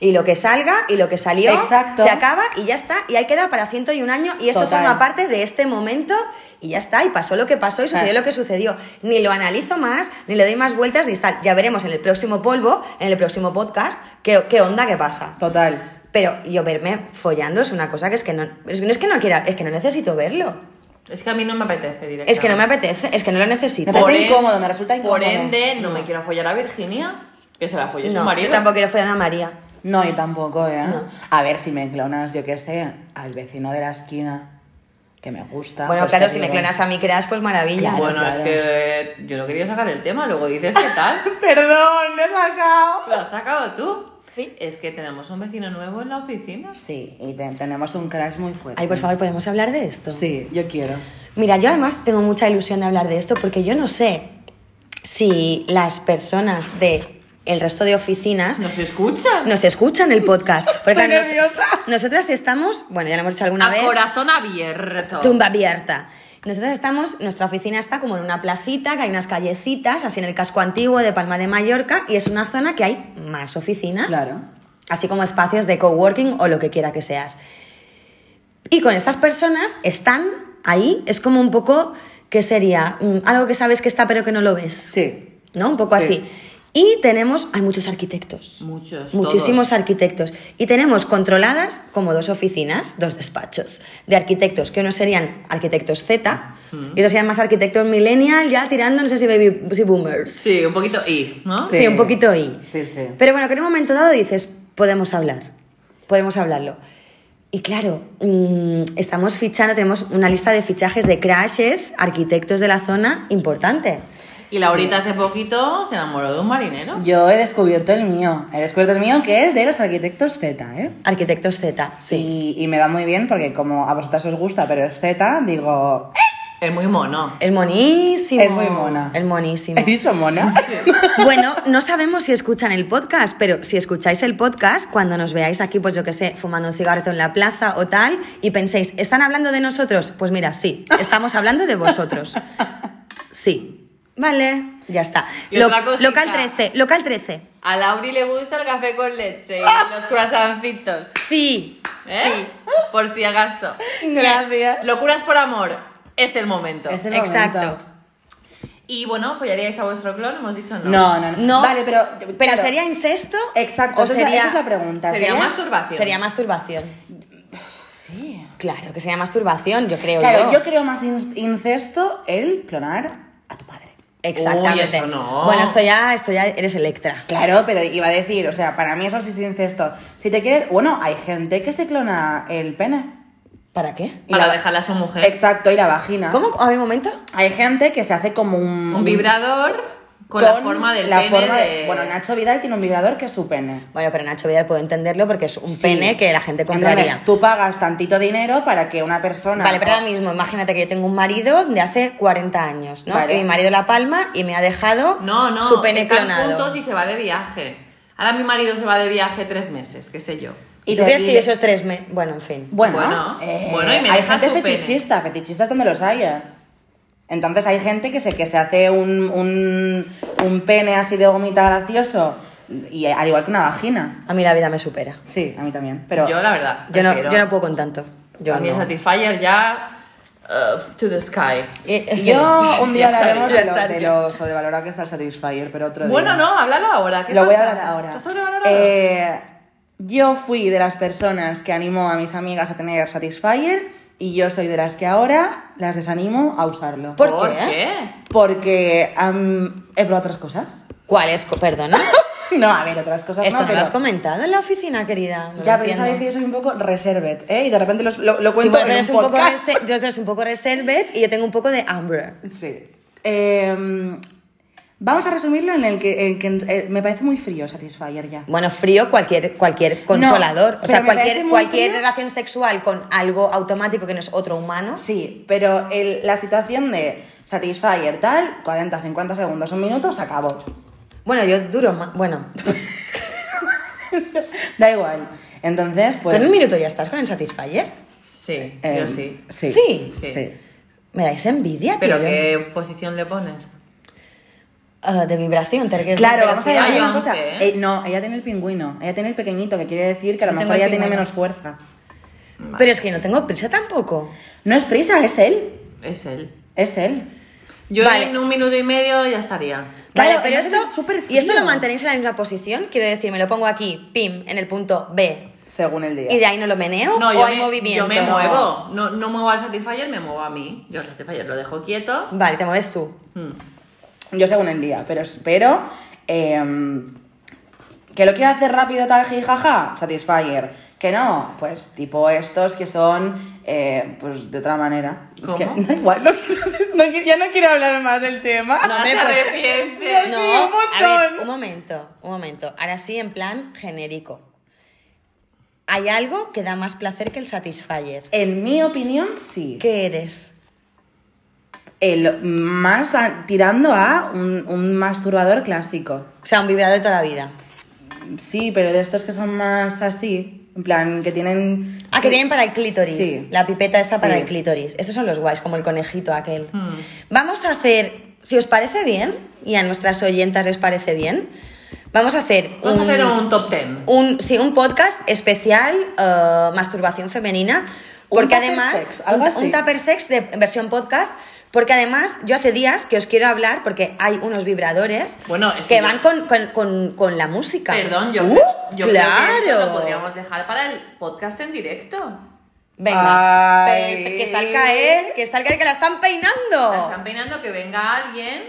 S2: y lo que salga y lo que salió
S4: Exacto.
S2: se acaba y ya está. Y ahí queda para 101 años y eso
S4: Total.
S2: forma parte de este momento y ya está. Y pasó lo que pasó y sucedió
S4: Claro.
S2: lo que sucedió. Ni lo analizo más, ni le doy más vueltas ni tal. Ya veremos en el próximo polvo, en el próximo podcast, qué, qué onda, qué pasa.
S4: Total.
S2: Pero yo verme follando es una cosa que es que no, es, que no es que no quiera, es que no necesito verlo.
S3: Es que a mí no me apetece directamente.
S2: Es que no me apetece, es que no lo necesito.
S4: Me parece incómodo, me resulta
S3: Por
S4: incómodo.
S3: ende, no, me quiero follar a Virginia, que se la folle su
S2: No,
S3: marido.
S2: yo tampoco quiero follar a María.
S4: No, yo tampoco, ¿eh?
S2: No.
S4: A ver si me clonas, yo qué sé, al vecino de la esquina. que me gusta.
S2: Bueno,
S4: pues
S2: claro,
S4: te
S2: si me
S4: digo.
S2: clonas a mí, creas, pues maravilla.
S4: Claro,
S3: bueno,
S4: claro.
S3: es que yo no quería sacar el tema, luego dices qué tal.
S4: Perdón, me he sacado.
S3: Lo has sacado tú.
S2: Sí.
S3: Es que tenemos un vecino nuevo en la oficina.
S4: Sí, y te- tenemos un crash muy fuerte.
S2: Ay, por favor, ¿podemos hablar de esto?
S4: Sí, yo quiero.
S2: Mira, yo además tengo mucha ilusión de hablar de esto porque yo no sé si las personas de el resto de oficinas
S3: Nos escuchan.
S2: nos escuchan el podcast. Porque,
S4: Estoy
S2: claro, nos-
S4: nerviosa.
S2: nosotras estamos, bueno, ya lo hemos hecho alguna
S3: a
S2: vez.
S3: corazón abierto.
S2: Tumba abierta. Nosotros estamos, nuestra oficina está como en una placita, que hay unas callecitas, así en el casco antiguo de Palma de Mallorca, y es una zona que hay más oficinas,
S4: Claro.
S2: así como espacios de coworking o lo que quiera que seas. Y con estas personas están ahí, es como un poco, ¿qué sería? Mm, Algo que sabes que está pero que no lo ves.
S4: Sí.
S2: ¿No? Un poco
S4: Sí.
S2: así. Y tenemos, hay muchos arquitectos.
S3: Muchos.
S2: Muchísimos
S3: todos.
S2: arquitectos. Y tenemos controladas como dos oficinas, dos despachos de arquitectos, que unos serían arquitectos Z y otros serían más arquitectos millennial, ya tirando, no sé si baby si boomers.
S3: Sí, un poquito y, ¿no?
S2: Ah, Sí, un poquito y.
S4: Sí, sí.
S2: Pero bueno, que en un momento dado dices, podemos hablar, podemos hablarlo. Y claro, mm, estamos fichando, tenemos una lista de fichajes de crashes, arquitectos de la zona, importante.
S3: Y Laurita hace poquito se enamoró de un marinero.
S4: Yo he descubierto el mío. He descubierto el mío que es de los arquitectos Z, ¿eh?
S2: Arquitectos Z, sí.
S4: Y, y me va muy bien porque como a vosotras os gusta, pero es Z, digo... "Eh".
S3: Es muy mono.
S2: El monísimo.
S4: Es muy mona.
S2: El monísimo.
S4: ¿He dicho mona?
S2: Bueno, no sabemos si escuchan el podcast, pero si escucháis el podcast, cuando nos veáis aquí, pues yo que sé, fumando un cigarrito en la plaza o tal, y penséis, ¿están hablando de nosotros? Pues mira, sí, estamos hablando de vosotros. Sí. Vale, ya está.
S3: Y otra cosita.
S2: local 13, local 13.
S3: A Lauri le gusta el café con leche y los croissancitos.
S2: Sí.
S3: ¿Eh? Por si acaso.
S4: Gracias.
S3: Locuras por amor. Es el momento.
S2: Este
S4: Es el
S2: Exacto.
S4: momento.
S3: Y bueno, ¿follaríais a vuestro clon? Hemos dicho no.
S4: No, no, no.
S2: No.
S4: Vale, pero...
S2: Pero
S4: claro.
S2: sería incesto.
S4: Exacto,
S2: o
S4: esa es la-
S2: sería,
S4: esa es la pregunta.
S3: Sería
S4: ¿Sería?
S3: masturbación.
S2: sería masturbación.
S4: Sí.
S2: Claro que sería masturbación, yo creo.
S4: Claro,
S2: yo
S4: yo creo más in- incesto el clonar a tu padre.
S3: Uy,
S2: Exactamente.
S3: eso no.
S2: Bueno, esto ya, esto ya eres Electra.
S4: Claro, pero iba a decir, o sea, para mí eso sí es incesto. Si te quieres, bueno, hay gente que se clona el pene.
S2: ¿Para qué?
S4: Y
S3: Para
S4: la-
S3: dejarla a su mujer.
S4: Exacto, y la vagina.
S2: ¿Cómo? ¿A ver, un momento?
S4: Hay gente que se hace como un...
S3: Un vibrador con, la forma del
S4: la
S3: pene
S4: forma de-
S3: de-
S4: Bueno, Nacho Vidal tiene un vibrador que es su pene.
S2: Bueno, pero Nacho Vidal puedo entenderlo porque es un
S4: Sí.
S2: pene que la gente
S4: Entonces,
S2: compraría.
S4: tú pagas tantito dinero para que una persona...
S2: Vale, pero ahora mismo, imagínate que yo tengo un marido de hace 40 años, ¿no?
S4: Vale.
S2: Y mi marido La Palma y me ha dejado
S3: No, no.
S2: su pene
S3: están
S2: clonado.
S3: juntos y se va de viaje. Ahora mi marido se va de viaje tres meses, qué sé yo.
S2: ¿Y tú
S4: te-
S2: crees que
S4: y-
S2: yo esos tres me... Bueno, en fin.
S4: Bueno, eh,
S3: Bueno, bueno, y me
S4: hay
S3: deja
S4: gente
S3: su pene.
S4: fetichista, fetichistas donde los haya. Entonces hay gente que se, que se hace un, un, un pene así de gomita gracioso, y al igual que una vagina.
S2: A mí la vida me supera.
S4: Sí, a mí también. Pero
S3: yo, la verdad.
S2: Yo no,
S3: prefiero-
S2: yo no puedo con tanto. Yo
S3: a mí el
S2: no.
S3: Satisfyer ya. uh, to the sky.
S2: Y- sí.
S4: yo un día
S3: Ya
S4: hablaremos
S3: estaría,
S4: de, lo,
S3: ya estaría.
S4: de lo sobrevalorado que está el Satisfyer, pero otro
S3: Bueno,
S4: día.
S3: no, háblalo ahora. ¿qué
S4: Lo voy a
S3: pasa?
S4: hablar ahora.
S3: ¿Está sobrevalorado?
S4: Eh, yo fui de las personas que animó a mis amigas a tener Satisfyer y yo soy de las que ahora las desanimo a usarlo.
S2: ¿Por
S3: ¿Por
S2: qué?
S3: qué?
S4: Porque am, he probado otras cosas.
S2: ¿Cuál es? Co- Perdona.
S4: No, a ver, otras cosas
S2: Esto no,
S4: no, pero...
S2: lo has comentado en la oficina, querida. No lo
S4: Ya, pero ya
S2: entiendo.
S4: sabéis que yo soy un poco reserved, ¿eh? Y de repente los- lo, lo
S2: Sí,
S4: cuento
S2: bueno, tú
S4: en
S2: eres
S4: un
S2: un poco
S4: podcast.
S2: reser- yo eres un poco reserved y yo tengo un poco de amber.
S4: Sí. Em, vamos a resumirlo en el que, en que- eh, me parece muy frío Satisfyer ya.
S2: Bueno, frío cualquier, cualquier consolador. o
S4: pero
S2: sea,
S4: me
S2: cualquier,
S4: parece muy
S2: cualquier
S4: frío.
S2: relación sexual con algo automático que no es otro humano.
S4: Sí, pero el- la situación de Satisfyer tal, 40, 50 segundos, un minuto, se acabó.
S2: Bueno, yo duro más. Bueno,
S4: Da igual. Entonces, pues...
S2: ¿con un minuto ya estás con el Satisfyer?
S3: Sí,
S2: Eh,
S4: em,
S3: yo sí.
S4: Sí.
S2: Sí.
S4: sí.
S3: Sí.
S2: Me dais envidia, tío.
S3: ¿Pero qué posición le pones?
S2: Ah, de vibración, te requieres
S4: Claro,
S2: de
S4: vamos a
S2: vibración.
S4: decir
S3: Hay
S4: una cosa.
S3: once, ¿eh?
S4: Eh, no, ella tiene el pingüino, ella tiene el pequeñito, que quiere decir que a lo
S2: Yo tengo
S4: mejor
S2: el
S4: ella tiene
S2: pingüino.
S4: menos fuerza.
S2: Pero es que no tengo prisa tampoco.
S4: No es prisa, es él.
S3: Es él.
S4: Es él.
S3: Yo
S2: Vale.
S3: en un minuto y medio ya estaría.
S2: Vale,
S4: Claro,
S2: pero
S4: entonces
S2: esto.
S4: es súper
S2: y esto
S4: frío.
S2: lo mantenéis en la misma posición. Quiero decir, me lo pongo aquí, pim, en el punto B.
S4: Según el día.
S2: Y de ahí no lo meneo
S3: No,
S2: o
S3: yo
S2: hay
S3: me,
S2: movimiento.
S3: yo me muevo. No, no muevo al Satisfyer, me muevo a mí. Yo el Satisfyer lo dejo quieto.
S2: Vale, te mueves tú.
S3: Mm.
S4: Yo según el día, pero espero eh, em, Que lo quiero hacer rápido, tal, jijaja, Satisfyer. Que no, pues tipo estos que son, eh, pues de otra manera. Es
S3: ¿Cómo?
S4: que da igual, no quiero- no quiero- ya no quiero hablar más del tema.
S2: No me
S3: te
S2: pues-
S3: arrepientes.
S4: Sí,
S2: No,
S4: un montón.
S2: a ver, un momento, un momento. Ahora sí, en plan genérico. Hay algo que da más placer que el Satisfyer.
S4: En mi opinión, sí.
S2: ¿Qué eres?
S4: El más a- tirando a un, un masturbador clásico.
S2: O sea, un vibrador de toda la vida.
S4: Sí, pero de estos que son más así, en plan, que tienen...
S2: Ah, que tienen para el clítoris.
S4: Sí.
S2: La pipeta está para
S4: Sí. Hmm.
S2: el clítoris. Estos son los guays, como el conejito aquel. Vamos a hacer, si os parece bien, y a nuestras oyentas les parece bien, vamos a hacer
S3: Vamos a hacer un top 10.
S2: un- sí, un podcast especial eh, masturbación femenina.
S4: Un
S2: Porque
S4: tupper
S2: además.
S4: sex, algo
S2: un,
S4: así.
S2: un tupper sex de versión podcast. Porque además, yo hace días que os quiero hablar porque hay unos vibradores
S3: Bueno, es
S2: que,
S3: que yo-
S2: van con, con- con- con la música.
S3: Perdón, yo,
S2: Uh,
S3: yo creo que esto lo podríamos dejar para el podcast en directo.
S2: Venga,
S4: Ay.
S2: Perfe- que está al caer, que está al caer, que la están peinando.
S3: La están peinando que venga alguien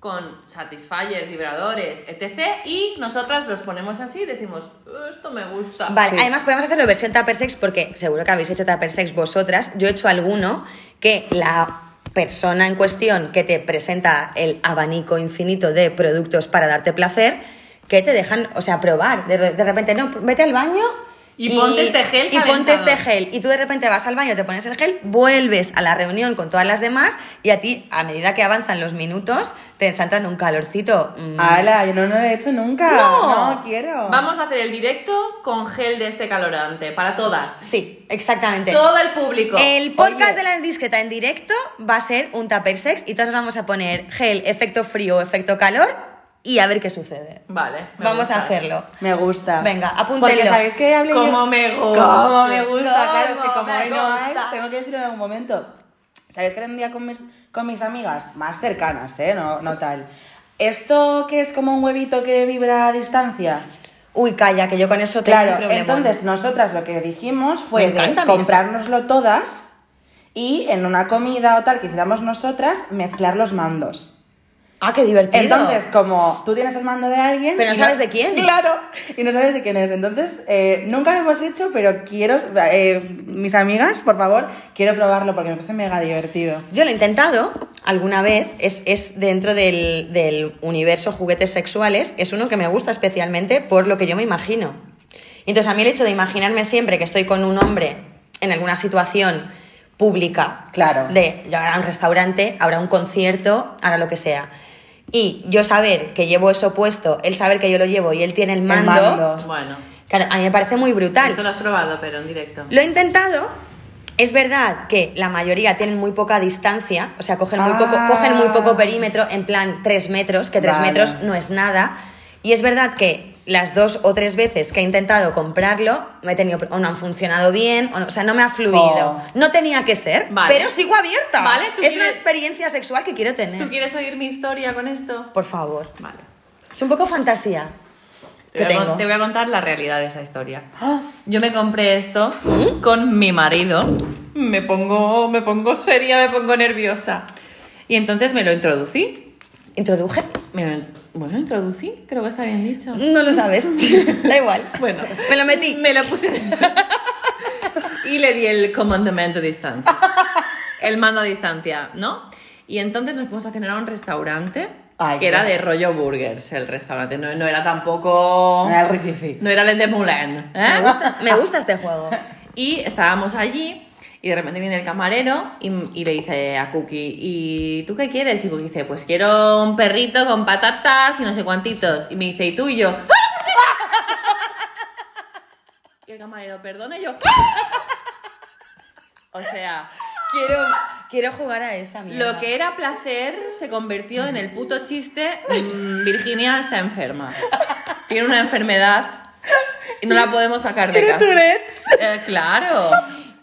S3: con satisfyers, vibradores, etc. Y nosotras los ponemos así y decimos, esto me gusta.
S2: Vale,
S4: Sí.
S2: además podemos hacerlo versión Tupper Sex porque seguro que habéis hecho Tupper Sex vosotras. Yo he hecho alguno que la persona en cuestión que te presenta el abanico infinito de productos para darte placer, que te dejan, o sea, probar. De, re- de repente, no, vete al baño.
S3: Y ponte este gel
S2: Y ponte este
S3: calentador.
S2: gel. Y tú de repente vas al baño, te pones el gel, vuelves a la reunión con todas las demás y a ti, a medida que avanzan los minutos, te está entrando un calorcito. mm,
S4: ¡Hala! Yo no, no lo he hecho nunca.
S2: No.
S4: No, quiero.
S3: Vamos a hacer el directo con gel de este calorante para todas.
S2: Sí, exactamente.
S3: Todo el público.
S2: El podcast
S4: Oye.
S2: de la discreta en directo va a ser un tupper sex y todos nos vamos a poner gel, efecto frío, efecto calor y a ver qué sucede.
S3: Vale. me
S2: vamos a
S3: gustas.
S2: hacerlo.
S4: Me gusta.
S2: Venga, apúntenlo.
S4: Porque sabéis que hablé
S3: Como
S4: yo.
S3: me gusta.
S4: Cómo me gusta, claro, es que
S3: Cómo
S4: como
S3: me
S4: hoy no hay,
S3: gusta.
S4: tengo que decirlo en algún momento. ¿Sabéis que era un día con mis, con mis amigas? Más cercanas, ¿eh? No, no tal. ¿Esto que es como un huevito que vibra a distancia?
S2: Uy, calla, que yo con eso tengo un
S4: Claro,
S2: problemón.
S4: entonces nosotras lo que dijimos
S2: Me
S4: fue de
S2: encanta a mí eso.
S4: comprárnoslo todas y en una comida o tal que hiciéramos nosotras, mezclar los mandos.
S2: Ah, qué divertido.
S4: Entonces, como tú tienes el mando de alguien...
S2: Pero no
S4: y
S2: sabes de quién.
S4: Claro, y no sabes de quién es. Entonces, eh, nunca lo hemos hecho, pero quiero... eh, mis amigas, por favor, quiero probarlo porque me parece mega divertido.
S2: Yo lo he intentado alguna vez, es, es dentro del, del universo juguetes sexuales, es uno que me gusta especialmente por lo que yo me imagino. Entonces a mí el hecho de imaginarme siempre que estoy con un hombre en alguna situación pública,
S4: Claro.
S2: de yo ahora un restaurante, ahora un concierto, ahora lo que sea. Y yo saber que llevo eso puesto, él saber que yo lo llevo y él tiene el mando,
S4: mando.
S3: Bueno,
S2: claro, a mí me parece muy brutal.
S3: esto lo has probado, pero en directo.
S2: Lo he intentado. Es verdad que la mayoría tienen muy poca distancia, o sea, cogen muy, poco,
S4: Ah.
S2: cogen muy poco perímetro, en plan 3 metros, que 3
S4: Vale.
S2: metros no es nada. Y es verdad que las dos o tres veces que he intentado comprarlo, me he tenido, o no han funcionado bien, o, no- o sea, no me ha fluido.
S4: Oh.
S2: No tenía que ser,
S3: Vale.
S2: pero sigo abierta.
S3: Vale, tú
S2: es una
S3: quieres-
S2: experiencia sexual que quiero tener.
S3: ¿Tú quieres oír mi historia con esto?
S2: Por favor.
S3: Vale.
S2: Es un poco fantasía.
S3: Te voy,
S2: que
S3: a,
S2: tengo.
S3: con- te voy a contar la realidad de esa historia. Yo me compré esto con mi marido. ¿Mm? Me pongo, me pongo seria, me pongo nerviosa. Y entonces me lo introducí.
S2: ¿Introduje?
S3: Me lo in- bueno, introducí, creo que está bien dicho.
S2: No lo sabes. da igual.
S3: Bueno,
S2: Me lo metí.
S3: Mm. Me lo puse. y le di el comandamiento a distancia. El mando a distancia, ¿no? Y entonces nos fuimos a cenar a un restaurante
S4: Ay,
S3: que era
S4: qué-
S3: de rollo burgers, el restaurante. No, no era tampoco.
S4: Era el Rififi.
S3: No era el de Moulin. ¿eh?
S2: Me gusta, me gusta este juego.
S3: Y estábamos allí y de repente viene el camarero y, y le dice a Cookie, ¿y tú qué quieres? Y Cookie dice, pues quiero un perrito con patatas y no sé cuantitos. Y me dice, ¿y tú? Y yo, "¡Ah, por qué!". Y el camarero, perdona, y yo, "¡Ah!". O sea,
S2: Quiero, quiero jugar a esa mierda.
S3: lo que era placer se convirtió en el puto chiste. mm, Virginia está enferma. Tiene una enfermedad y no la podemos sacar de casa. Eh, claro.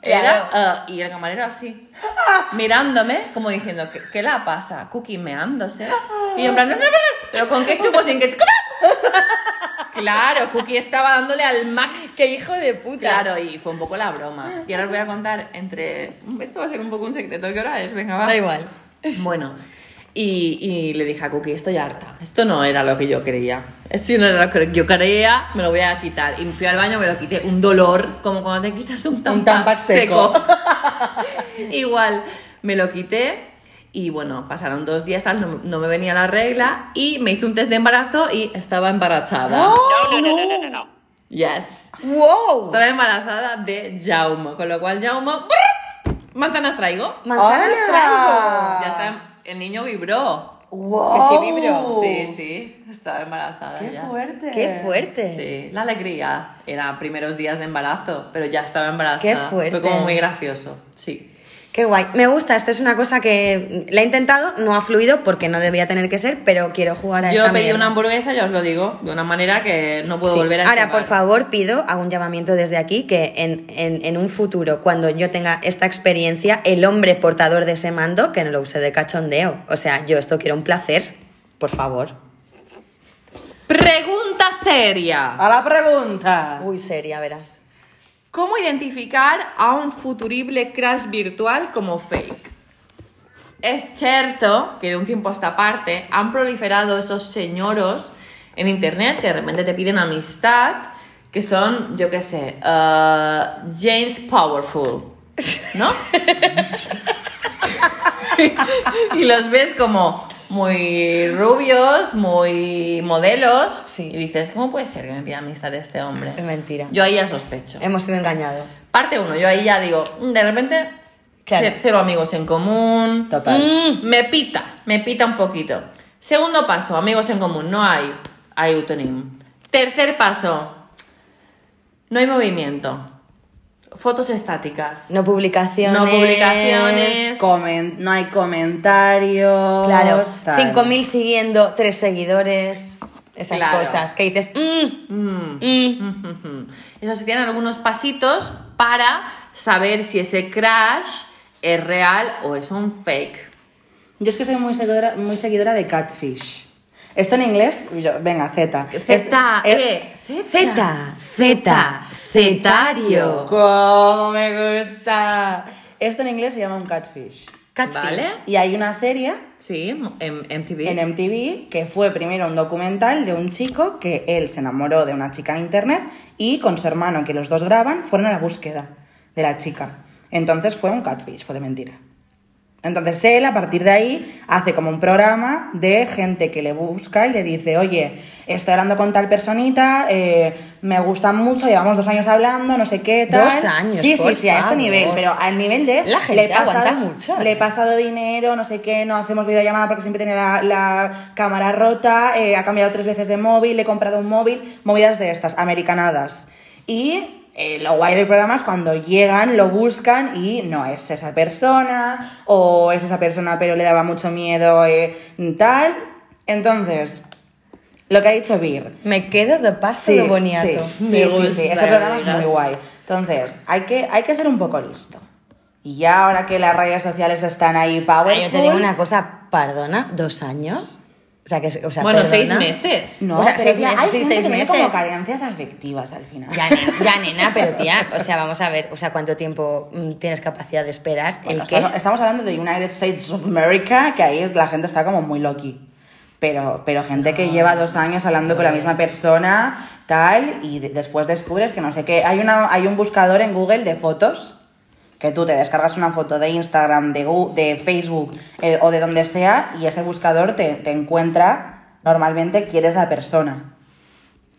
S3: Era, eh, y el camarero así, mirándome, como diciendo, ¿qué, qué la pasa? Cookie meándose. Y yo en plan, "No, no, no, no". pero con ketchup o sin ketchup. Claro, Cookie estaba dándole al max.
S2: ¡Qué hijo de puta!
S3: Claro, y fue un poco la broma. Y ahora os voy a contar entre... Esto va a ser un poco un secreto. ¿Qué hora es? Venga, va.
S2: Da igual.
S3: Bueno, Y, y le dije a Cookie, estoy harta. Esto no era lo que yo quería. Esto no era lo que yo quería, me lo voy a quitar. Y me fui al baño, me lo quité. Un dolor, como cuando te quitas un tampac,
S4: Un Tampax seco.
S3: Igual, me lo quité. Y bueno, pasaron dos días, tal, no, no me venía la regla. Y me hice un test de embarazo y estaba embarazada.
S5: No, no, no, no, no, no, no.
S3: Yes.
S2: ¡Wow!
S3: Estaba embarazada de Jaume, con lo cual Jaume... ¡brr! Manzanas traigo.
S2: ¡Manzanas
S4: ¡Hala!
S2: traigo!
S3: Ya está, el niño vibró.
S4: ¡Wow!
S5: Que sí vibro.
S3: Sí, sí, estaba embarazada
S4: ¡Qué
S3: ya.
S4: fuerte!
S2: Oh. ¡Qué fuerte!
S3: Sí, la alegría era primeros días de embarazo, pero ya estaba embarazada.
S2: Qué fuerte.
S3: Fue como muy gracioso, sí.
S2: Qué guay. Me gusta, esta es una cosa que mm, la he intentado, no ha fluido porque no debía tener que ser, pero quiero jugar a
S3: Yo
S2: esta
S3: pedí
S2: mierda.
S3: una hamburguesa, ya os lo digo, de una manera que no puedo
S2: Sí.
S3: volver a
S2: Ahora,
S3: esquivar.
S2: por favor, pido, hago un llamamiento desde aquí, que en, en- en un futuro, cuando yo tenga esta experiencia, el hombre portador de ese mando, que no lo use de cachondeo. O sea, yo esto quiero un placer, por favor.
S3: Pregunta seria.
S4: ¡A la pregunta!
S2: Uy, seria, verás.
S3: ¿Cómo identificar a un futurible crush virtual como fake? Es cierto que de un tiempo a esta parte han proliferado esos señoros en internet que de repente te piden amistad, que son, yo qué sé, eh, James Powerful, ¿no? y los ves como muy rubios, muy modelos,
S2: Sí.
S3: y dices, ¿cómo puede ser que me pida amistad este hombre?
S2: Es mentira.
S3: Yo ahí ya sospecho.
S2: Hemos sido engañados.
S3: Parte uno, yo ahí ya digo, mm, de repente,
S2: Claro.
S3: ce- cero amigos en común.
S4: Total.
S3: Mm, Me pita, me pita un poquito. Segundo paso, amigos en común, no hay. Hay utenim. Tercer paso, no hay movimiento. Fotos estáticas.
S2: No publicaciones.
S3: No publicaciones.
S4: Comen- no hay comentarios.
S2: Pues Claro.
S4: tal.
S2: 5.000 siguiendo, 3 seguidores. Esas
S3: Claro.
S2: cosas que dices, mm,
S3: Mm.
S2: mm.
S3: Ujú. Eso se tienen algunos pasitos para saber si ese crash es real o es un fake.
S4: Yo es que soy muy seguidora, muy seguidora de Catfish. Esto en inglés, yo- venga, Z.
S3: Z,
S4: Este-
S3: E,
S2: Z, Z,
S4: eh,
S2: Zetario.
S4: ¡Cómo me gusta! Esto en inglés se llama un catfish.
S2: Catfish.
S3: Vale.
S4: Y hay una serie
S3: Sí, en MTV.
S4: en MTV que fue primero un documental de un chico que él se enamoró de una chica en internet y con su hermano, que los dos graban, fueron a la búsqueda de la chica. Entonces fue un catfish, fue de mentira. Entonces él, a partir de ahí, hace como un programa de gente que le busca y le dice, oye, estoy hablando con tal personita, eh, me gustan mucho, llevamos dos años hablando, no sé qué, tal.
S2: Dos años,
S4: Sí,
S2: por
S4: sí, sí, a este
S2: favor.
S4: nivel, pero al nivel de...
S2: La gente aguanta mucho. ¿eh?
S4: Le he pasado dinero, no sé qué, no hacemos videollamada porque siempre tiene la, la cámara rota, eh, ha cambiado tres veces de móvil, le he comprado un móvil, movidas de estas, americanadas. Y eh, lo guay del programa es cuando llegan, lo buscan y no es esa persona, o es esa persona pero le daba mucho miedo, eh, tal. Entonces, lo que ha dicho Bir,
S2: Me quedo de paso de boniato.
S4: Sí,
S3: Me
S4: sí, sí, sí,
S3: gusta,
S4: Ese programa es
S3: me
S4: muy
S3: gusta.
S4: guay. Entonces, hay que, hay que ser un poco listo. Y ya ahora que las redes sociales están ahí powerful...
S2: Ay, Ah, yo te digo una cosa, perdona, dos años. O sea, que, o sea,
S3: bueno,
S2: perdona.
S3: seis meses.
S4: No,
S2: o sea,
S4: pero
S2: seis
S4: es verdad,
S2: meses,
S4: hay
S2: sí,
S4: gente
S2: seis
S4: que tiene como
S2: meses.
S4: carencias afectivas al final.
S2: Ya, ne- ya, nena, pero tía, o sea, vamos a ver, o sea, cuánto tiempo mm, tienes capacidad de esperar.
S4: Bueno,
S2: ¿El qué?
S4: estamos, estamos hablando de United States of America, que ahí la gente está como muy loqui. Pero, pero gente que lleva dos años hablando con la misma persona, tal, y de- después descubres que no sé qué. Hay, una, hay un buscador en Google de fotos, que tú te descargas una foto de Instagram, de, Gu- de Facebook eh, o de donde sea, y ese buscador te, te encuentra normalmente quién es la persona.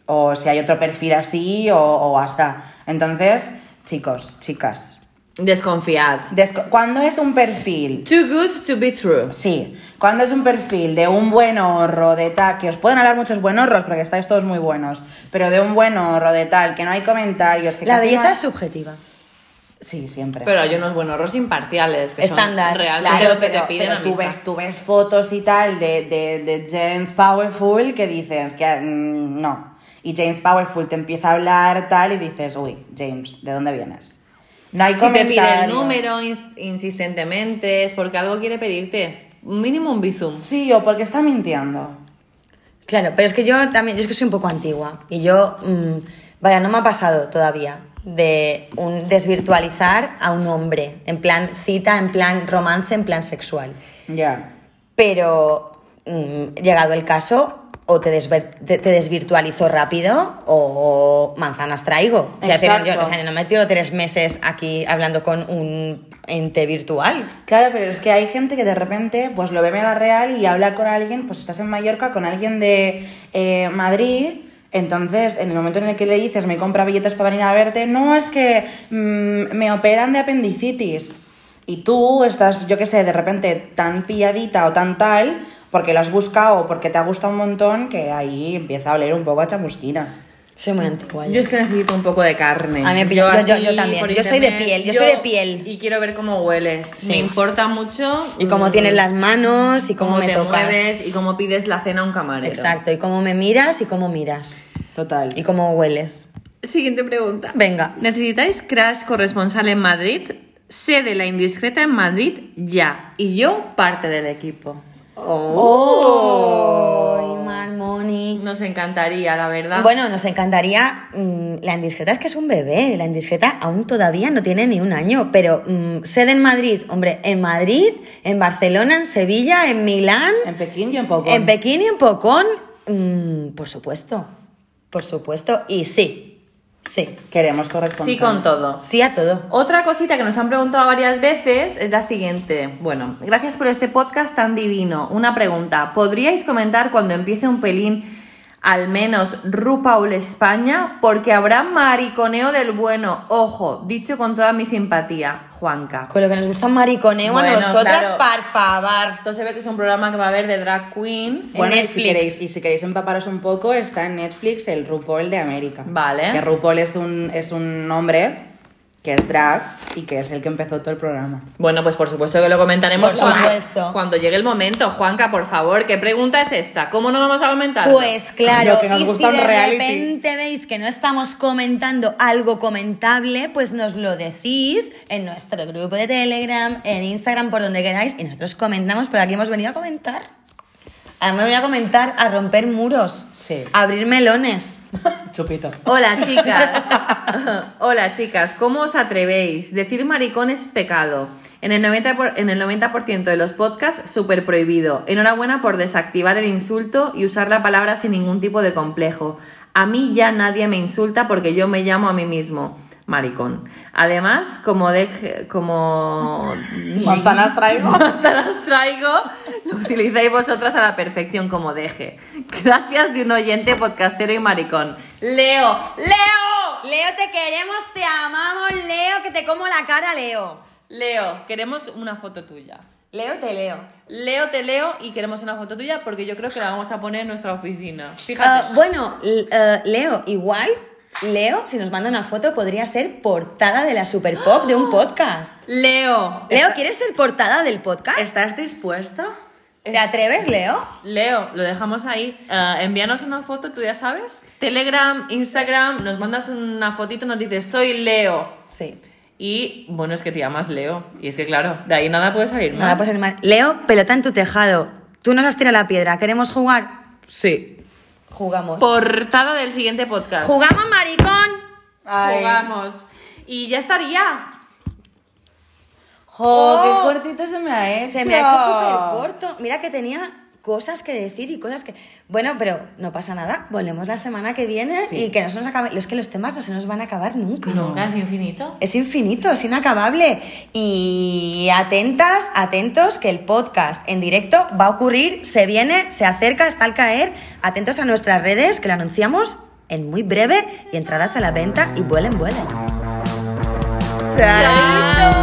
S4: O si hay otro perfil así o, o hasta. Entonces, chicos, chicas,
S3: Desconfiad.
S4: desco- cuando es un perfil
S3: Too good to be true.
S4: Sí, cuando es un perfil de un buen horro de tal, que os pueden hablar muchos buen horros porque estáis todos muy buenos, pero de un buen horro de tal, que no hay comentarios, que
S2: La
S4: casi
S2: belleza
S4: no hay-
S2: es subjetiva.
S4: Sí, siempre.
S3: Pero hay unos buenos horros imparciales que
S2: Estándar,
S3: son realmente
S2: claro,
S3: los que te
S4: pero-
S3: piden
S4: pero tú,
S3: amistad.
S4: ves, tú ves fotos y tal de, de, de James Powerful que dices que mm, no. Y James Powerful te empieza a hablar tal y dices, uy, James, ¿de dónde vienes? No hay
S3: Si te pide el
S4: comentarios.
S3: número in- insistentemente es porque algo quiere pedirte. Mínimo un bizum.
S4: Sí, o porque está mintiendo.
S2: Claro, pero es que yo también, yo es que soy un poco antigua y yo, mm, vaya, no me ha pasado todavía de un desvirtualizar a un hombre, en plan cita, en plan romance, en plan sexual.
S4: Ya.
S2: Pero mm, llegado el caso, o te, desver- te- te desvirtualizo rápido o manzanas traigo. Ya te digo yo,
S4: Exacto.
S2: o sea, no me tiro tres meses aquí hablando con un ente virtual.
S4: Claro, pero es que hay gente que de repente pues lo ve mega real y habla con alguien, pues estás en Mallorca con alguien de eh, Madrid. Entonces, en el momento en el que le dices, me compra billetes para venir a verte, no es que mm, me operan de apendicitis. Y tú estás, yo qué sé, de repente tan pilladita o tan tal, porque lo has buscado o porque te ha gustado un montón, que ahí empieza a oler un poco a chamusquina.
S2: Soy muy antigua. ya.
S3: Yo es que necesito un poco de carne.
S2: A mí me pilla- yo- yo- yo también.
S3: por
S2: Yo soy de piel, yo soy de piel.
S3: Y quiero ver cómo hueles. Me importa mucho.
S2: Y cómo
S3: mm,
S2: tienes las manos y cómo,
S3: cómo
S2: me
S3: te
S2: tocas.
S3: mueves y cómo pides la cena a un camarero.
S2: Exacto, y cómo me miras y cómo miras.
S4: Total.
S2: Y cómo hueles.
S3: Siguiente pregunta.
S2: Venga.
S3: ¿Necesitáis crash corresponsal en Madrid? Sé de la indiscreta en Madrid ya. Y yo parte del equipo.
S2: ¡Oh! Ay, Marmoni.
S3: Nos encantaría, la verdad.
S2: Bueno, nos encantaría. mm, la indiscreta es que es un bebé. La indiscreta aún todavía no tiene ni un año. Pero mm, sede en Madrid, hombre, en Madrid, en Barcelona, en Sevilla, en Milán,
S4: En Pekín yo un poco.
S2: en Pekín y en Pocón. mm, por supuesto. Por supuesto. Y sí. Sí.
S4: Queremos corresponsales.
S3: sí con todo.
S2: Sí a todo.
S3: Otra cosita que nos han preguntado varias veces es la siguiente. Bueno, gracias por este podcast tan divino. Una pregunta. ¿Podríais comentar cuando empiece un pelín, al menos RuPaul España? Porque habrá mariconeo del bueno. Ojo, dicho con toda mi simpatía, Juanca.
S2: Con lo que nos gusta un mariconeo a
S3: Bueno,
S2: nosotras,
S3: claro.
S2: por favor.
S3: Esto se ve que es un programa que va a haber de drag queens.
S4: Bueno,
S2: En
S4: y si
S2: Netflix.
S4: queréis, y si queréis empaparos un poco, está en Netflix el RuPaul de América.
S3: Vale.
S4: Que RuPaul es un, es un hombre que es drag y que es el que empezó todo el programa.
S3: Bueno, pues por supuesto que lo comentaremos
S2: Por
S3: cuando,
S2: supuesto.
S3: cuando llegue el momento. Juanca, por favor, ¿qué pregunta es esta? ¿Cómo no vamos a comentar?
S2: Pues claro,
S4: Lo que nos
S2: y
S4: gusta
S2: si
S4: un
S2: de
S4: reality.
S2: repente veis que no estamos comentando algo comentable, pues nos lo decís en nuestro grupo de Telegram, en Instagram, por donde queráis, y nosotros comentamos, pero aquí hemos venido a comentar. Hemos venido a comentar, a romper muros,
S4: Sí.
S2: a abrir melones.
S4: Chupito.
S3: Hola chicas. Hola chicas, ¿cómo os atrevéis? Decir maricón es pecado. En el 90%, por- en el 90 de los podcasts, súper prohibido. Enhorabuena por desactivar el insulto y usar la palabra sin ningún tipo de complejo. A mí ya nadie me insulta porque yo me llamo a mí mismo maricón. Además, como deje, como
S4: Manzanas traigo.
S3: te las traigo, lo utilizáis vosotras a la perfección como deje. Gracias de un oyente podcastero y maricón. Leo, Leo.
S2: Leo, te queremos, te amamos, Leo, que te como la cara, Leo.
S3: Leo, queremos una foto tuya.
S2: Leo, te leo.
S3: Leo, te leo y queremos una foto tuya porque yo creo que la vamos a poner en nuestra oficina.
S2: Ah,
S3: Fíjate.
S2: bueno, l- eh, Leo, igual, Leo, si nos manda una foto, podría ser portada de la Super Pop de
S4: ¡Ah!
S2: un podcast.
S3: Leo,
S2: Leo, ¿quieres ser portada del podcast?
S4: ¿Estás dispuesto?
S2: ¿Te atreves, Leo?
S3: Leo, lo dejamos ahí. Ah, envíanos una foto, tú ya sabes. Telegram, Instagram, nos mandas una fotito, nos dices, soy Leo.
S2: Sí.
S3: Y bueno, es que te llamas Leo. Y es que claro, de ahí nada puede salir mal.
S2: Nada, pues animal. Leo, pelota en tu tejado. Tú nos has tirado la piedra. ¿Queremos jugar? Sí. Jugamos.
S3: Portada del siguiente podcast.
S2: ¡Jugamos, maricón!
S3: Jugamos. Y ya estaría.
S4: Jo,
S2: Oh.
S4: qué cortito se me ha hecho.
S2: Se me ha hecho súper corto. Mira que tenía cosas que decir y cosas que... Bueno, pero no pasa nada. Volvemos la semana que viene
S4: Sí.
S2: y que no se nos acabe... Es que los temas no se nos van a acabar nunca.
S3: Nunca es infinito.
S2: Es infinito, es inacabable. Y atentas, atentos, que el podcast en directo va a ocurrir, se viene, se acerca, está al caer. Atentos a nuestras redes, que lo anunciamos en muy breve y entradas a la venta y vuelen, vuelen.
S4: Chao.
S3: ¡Chao!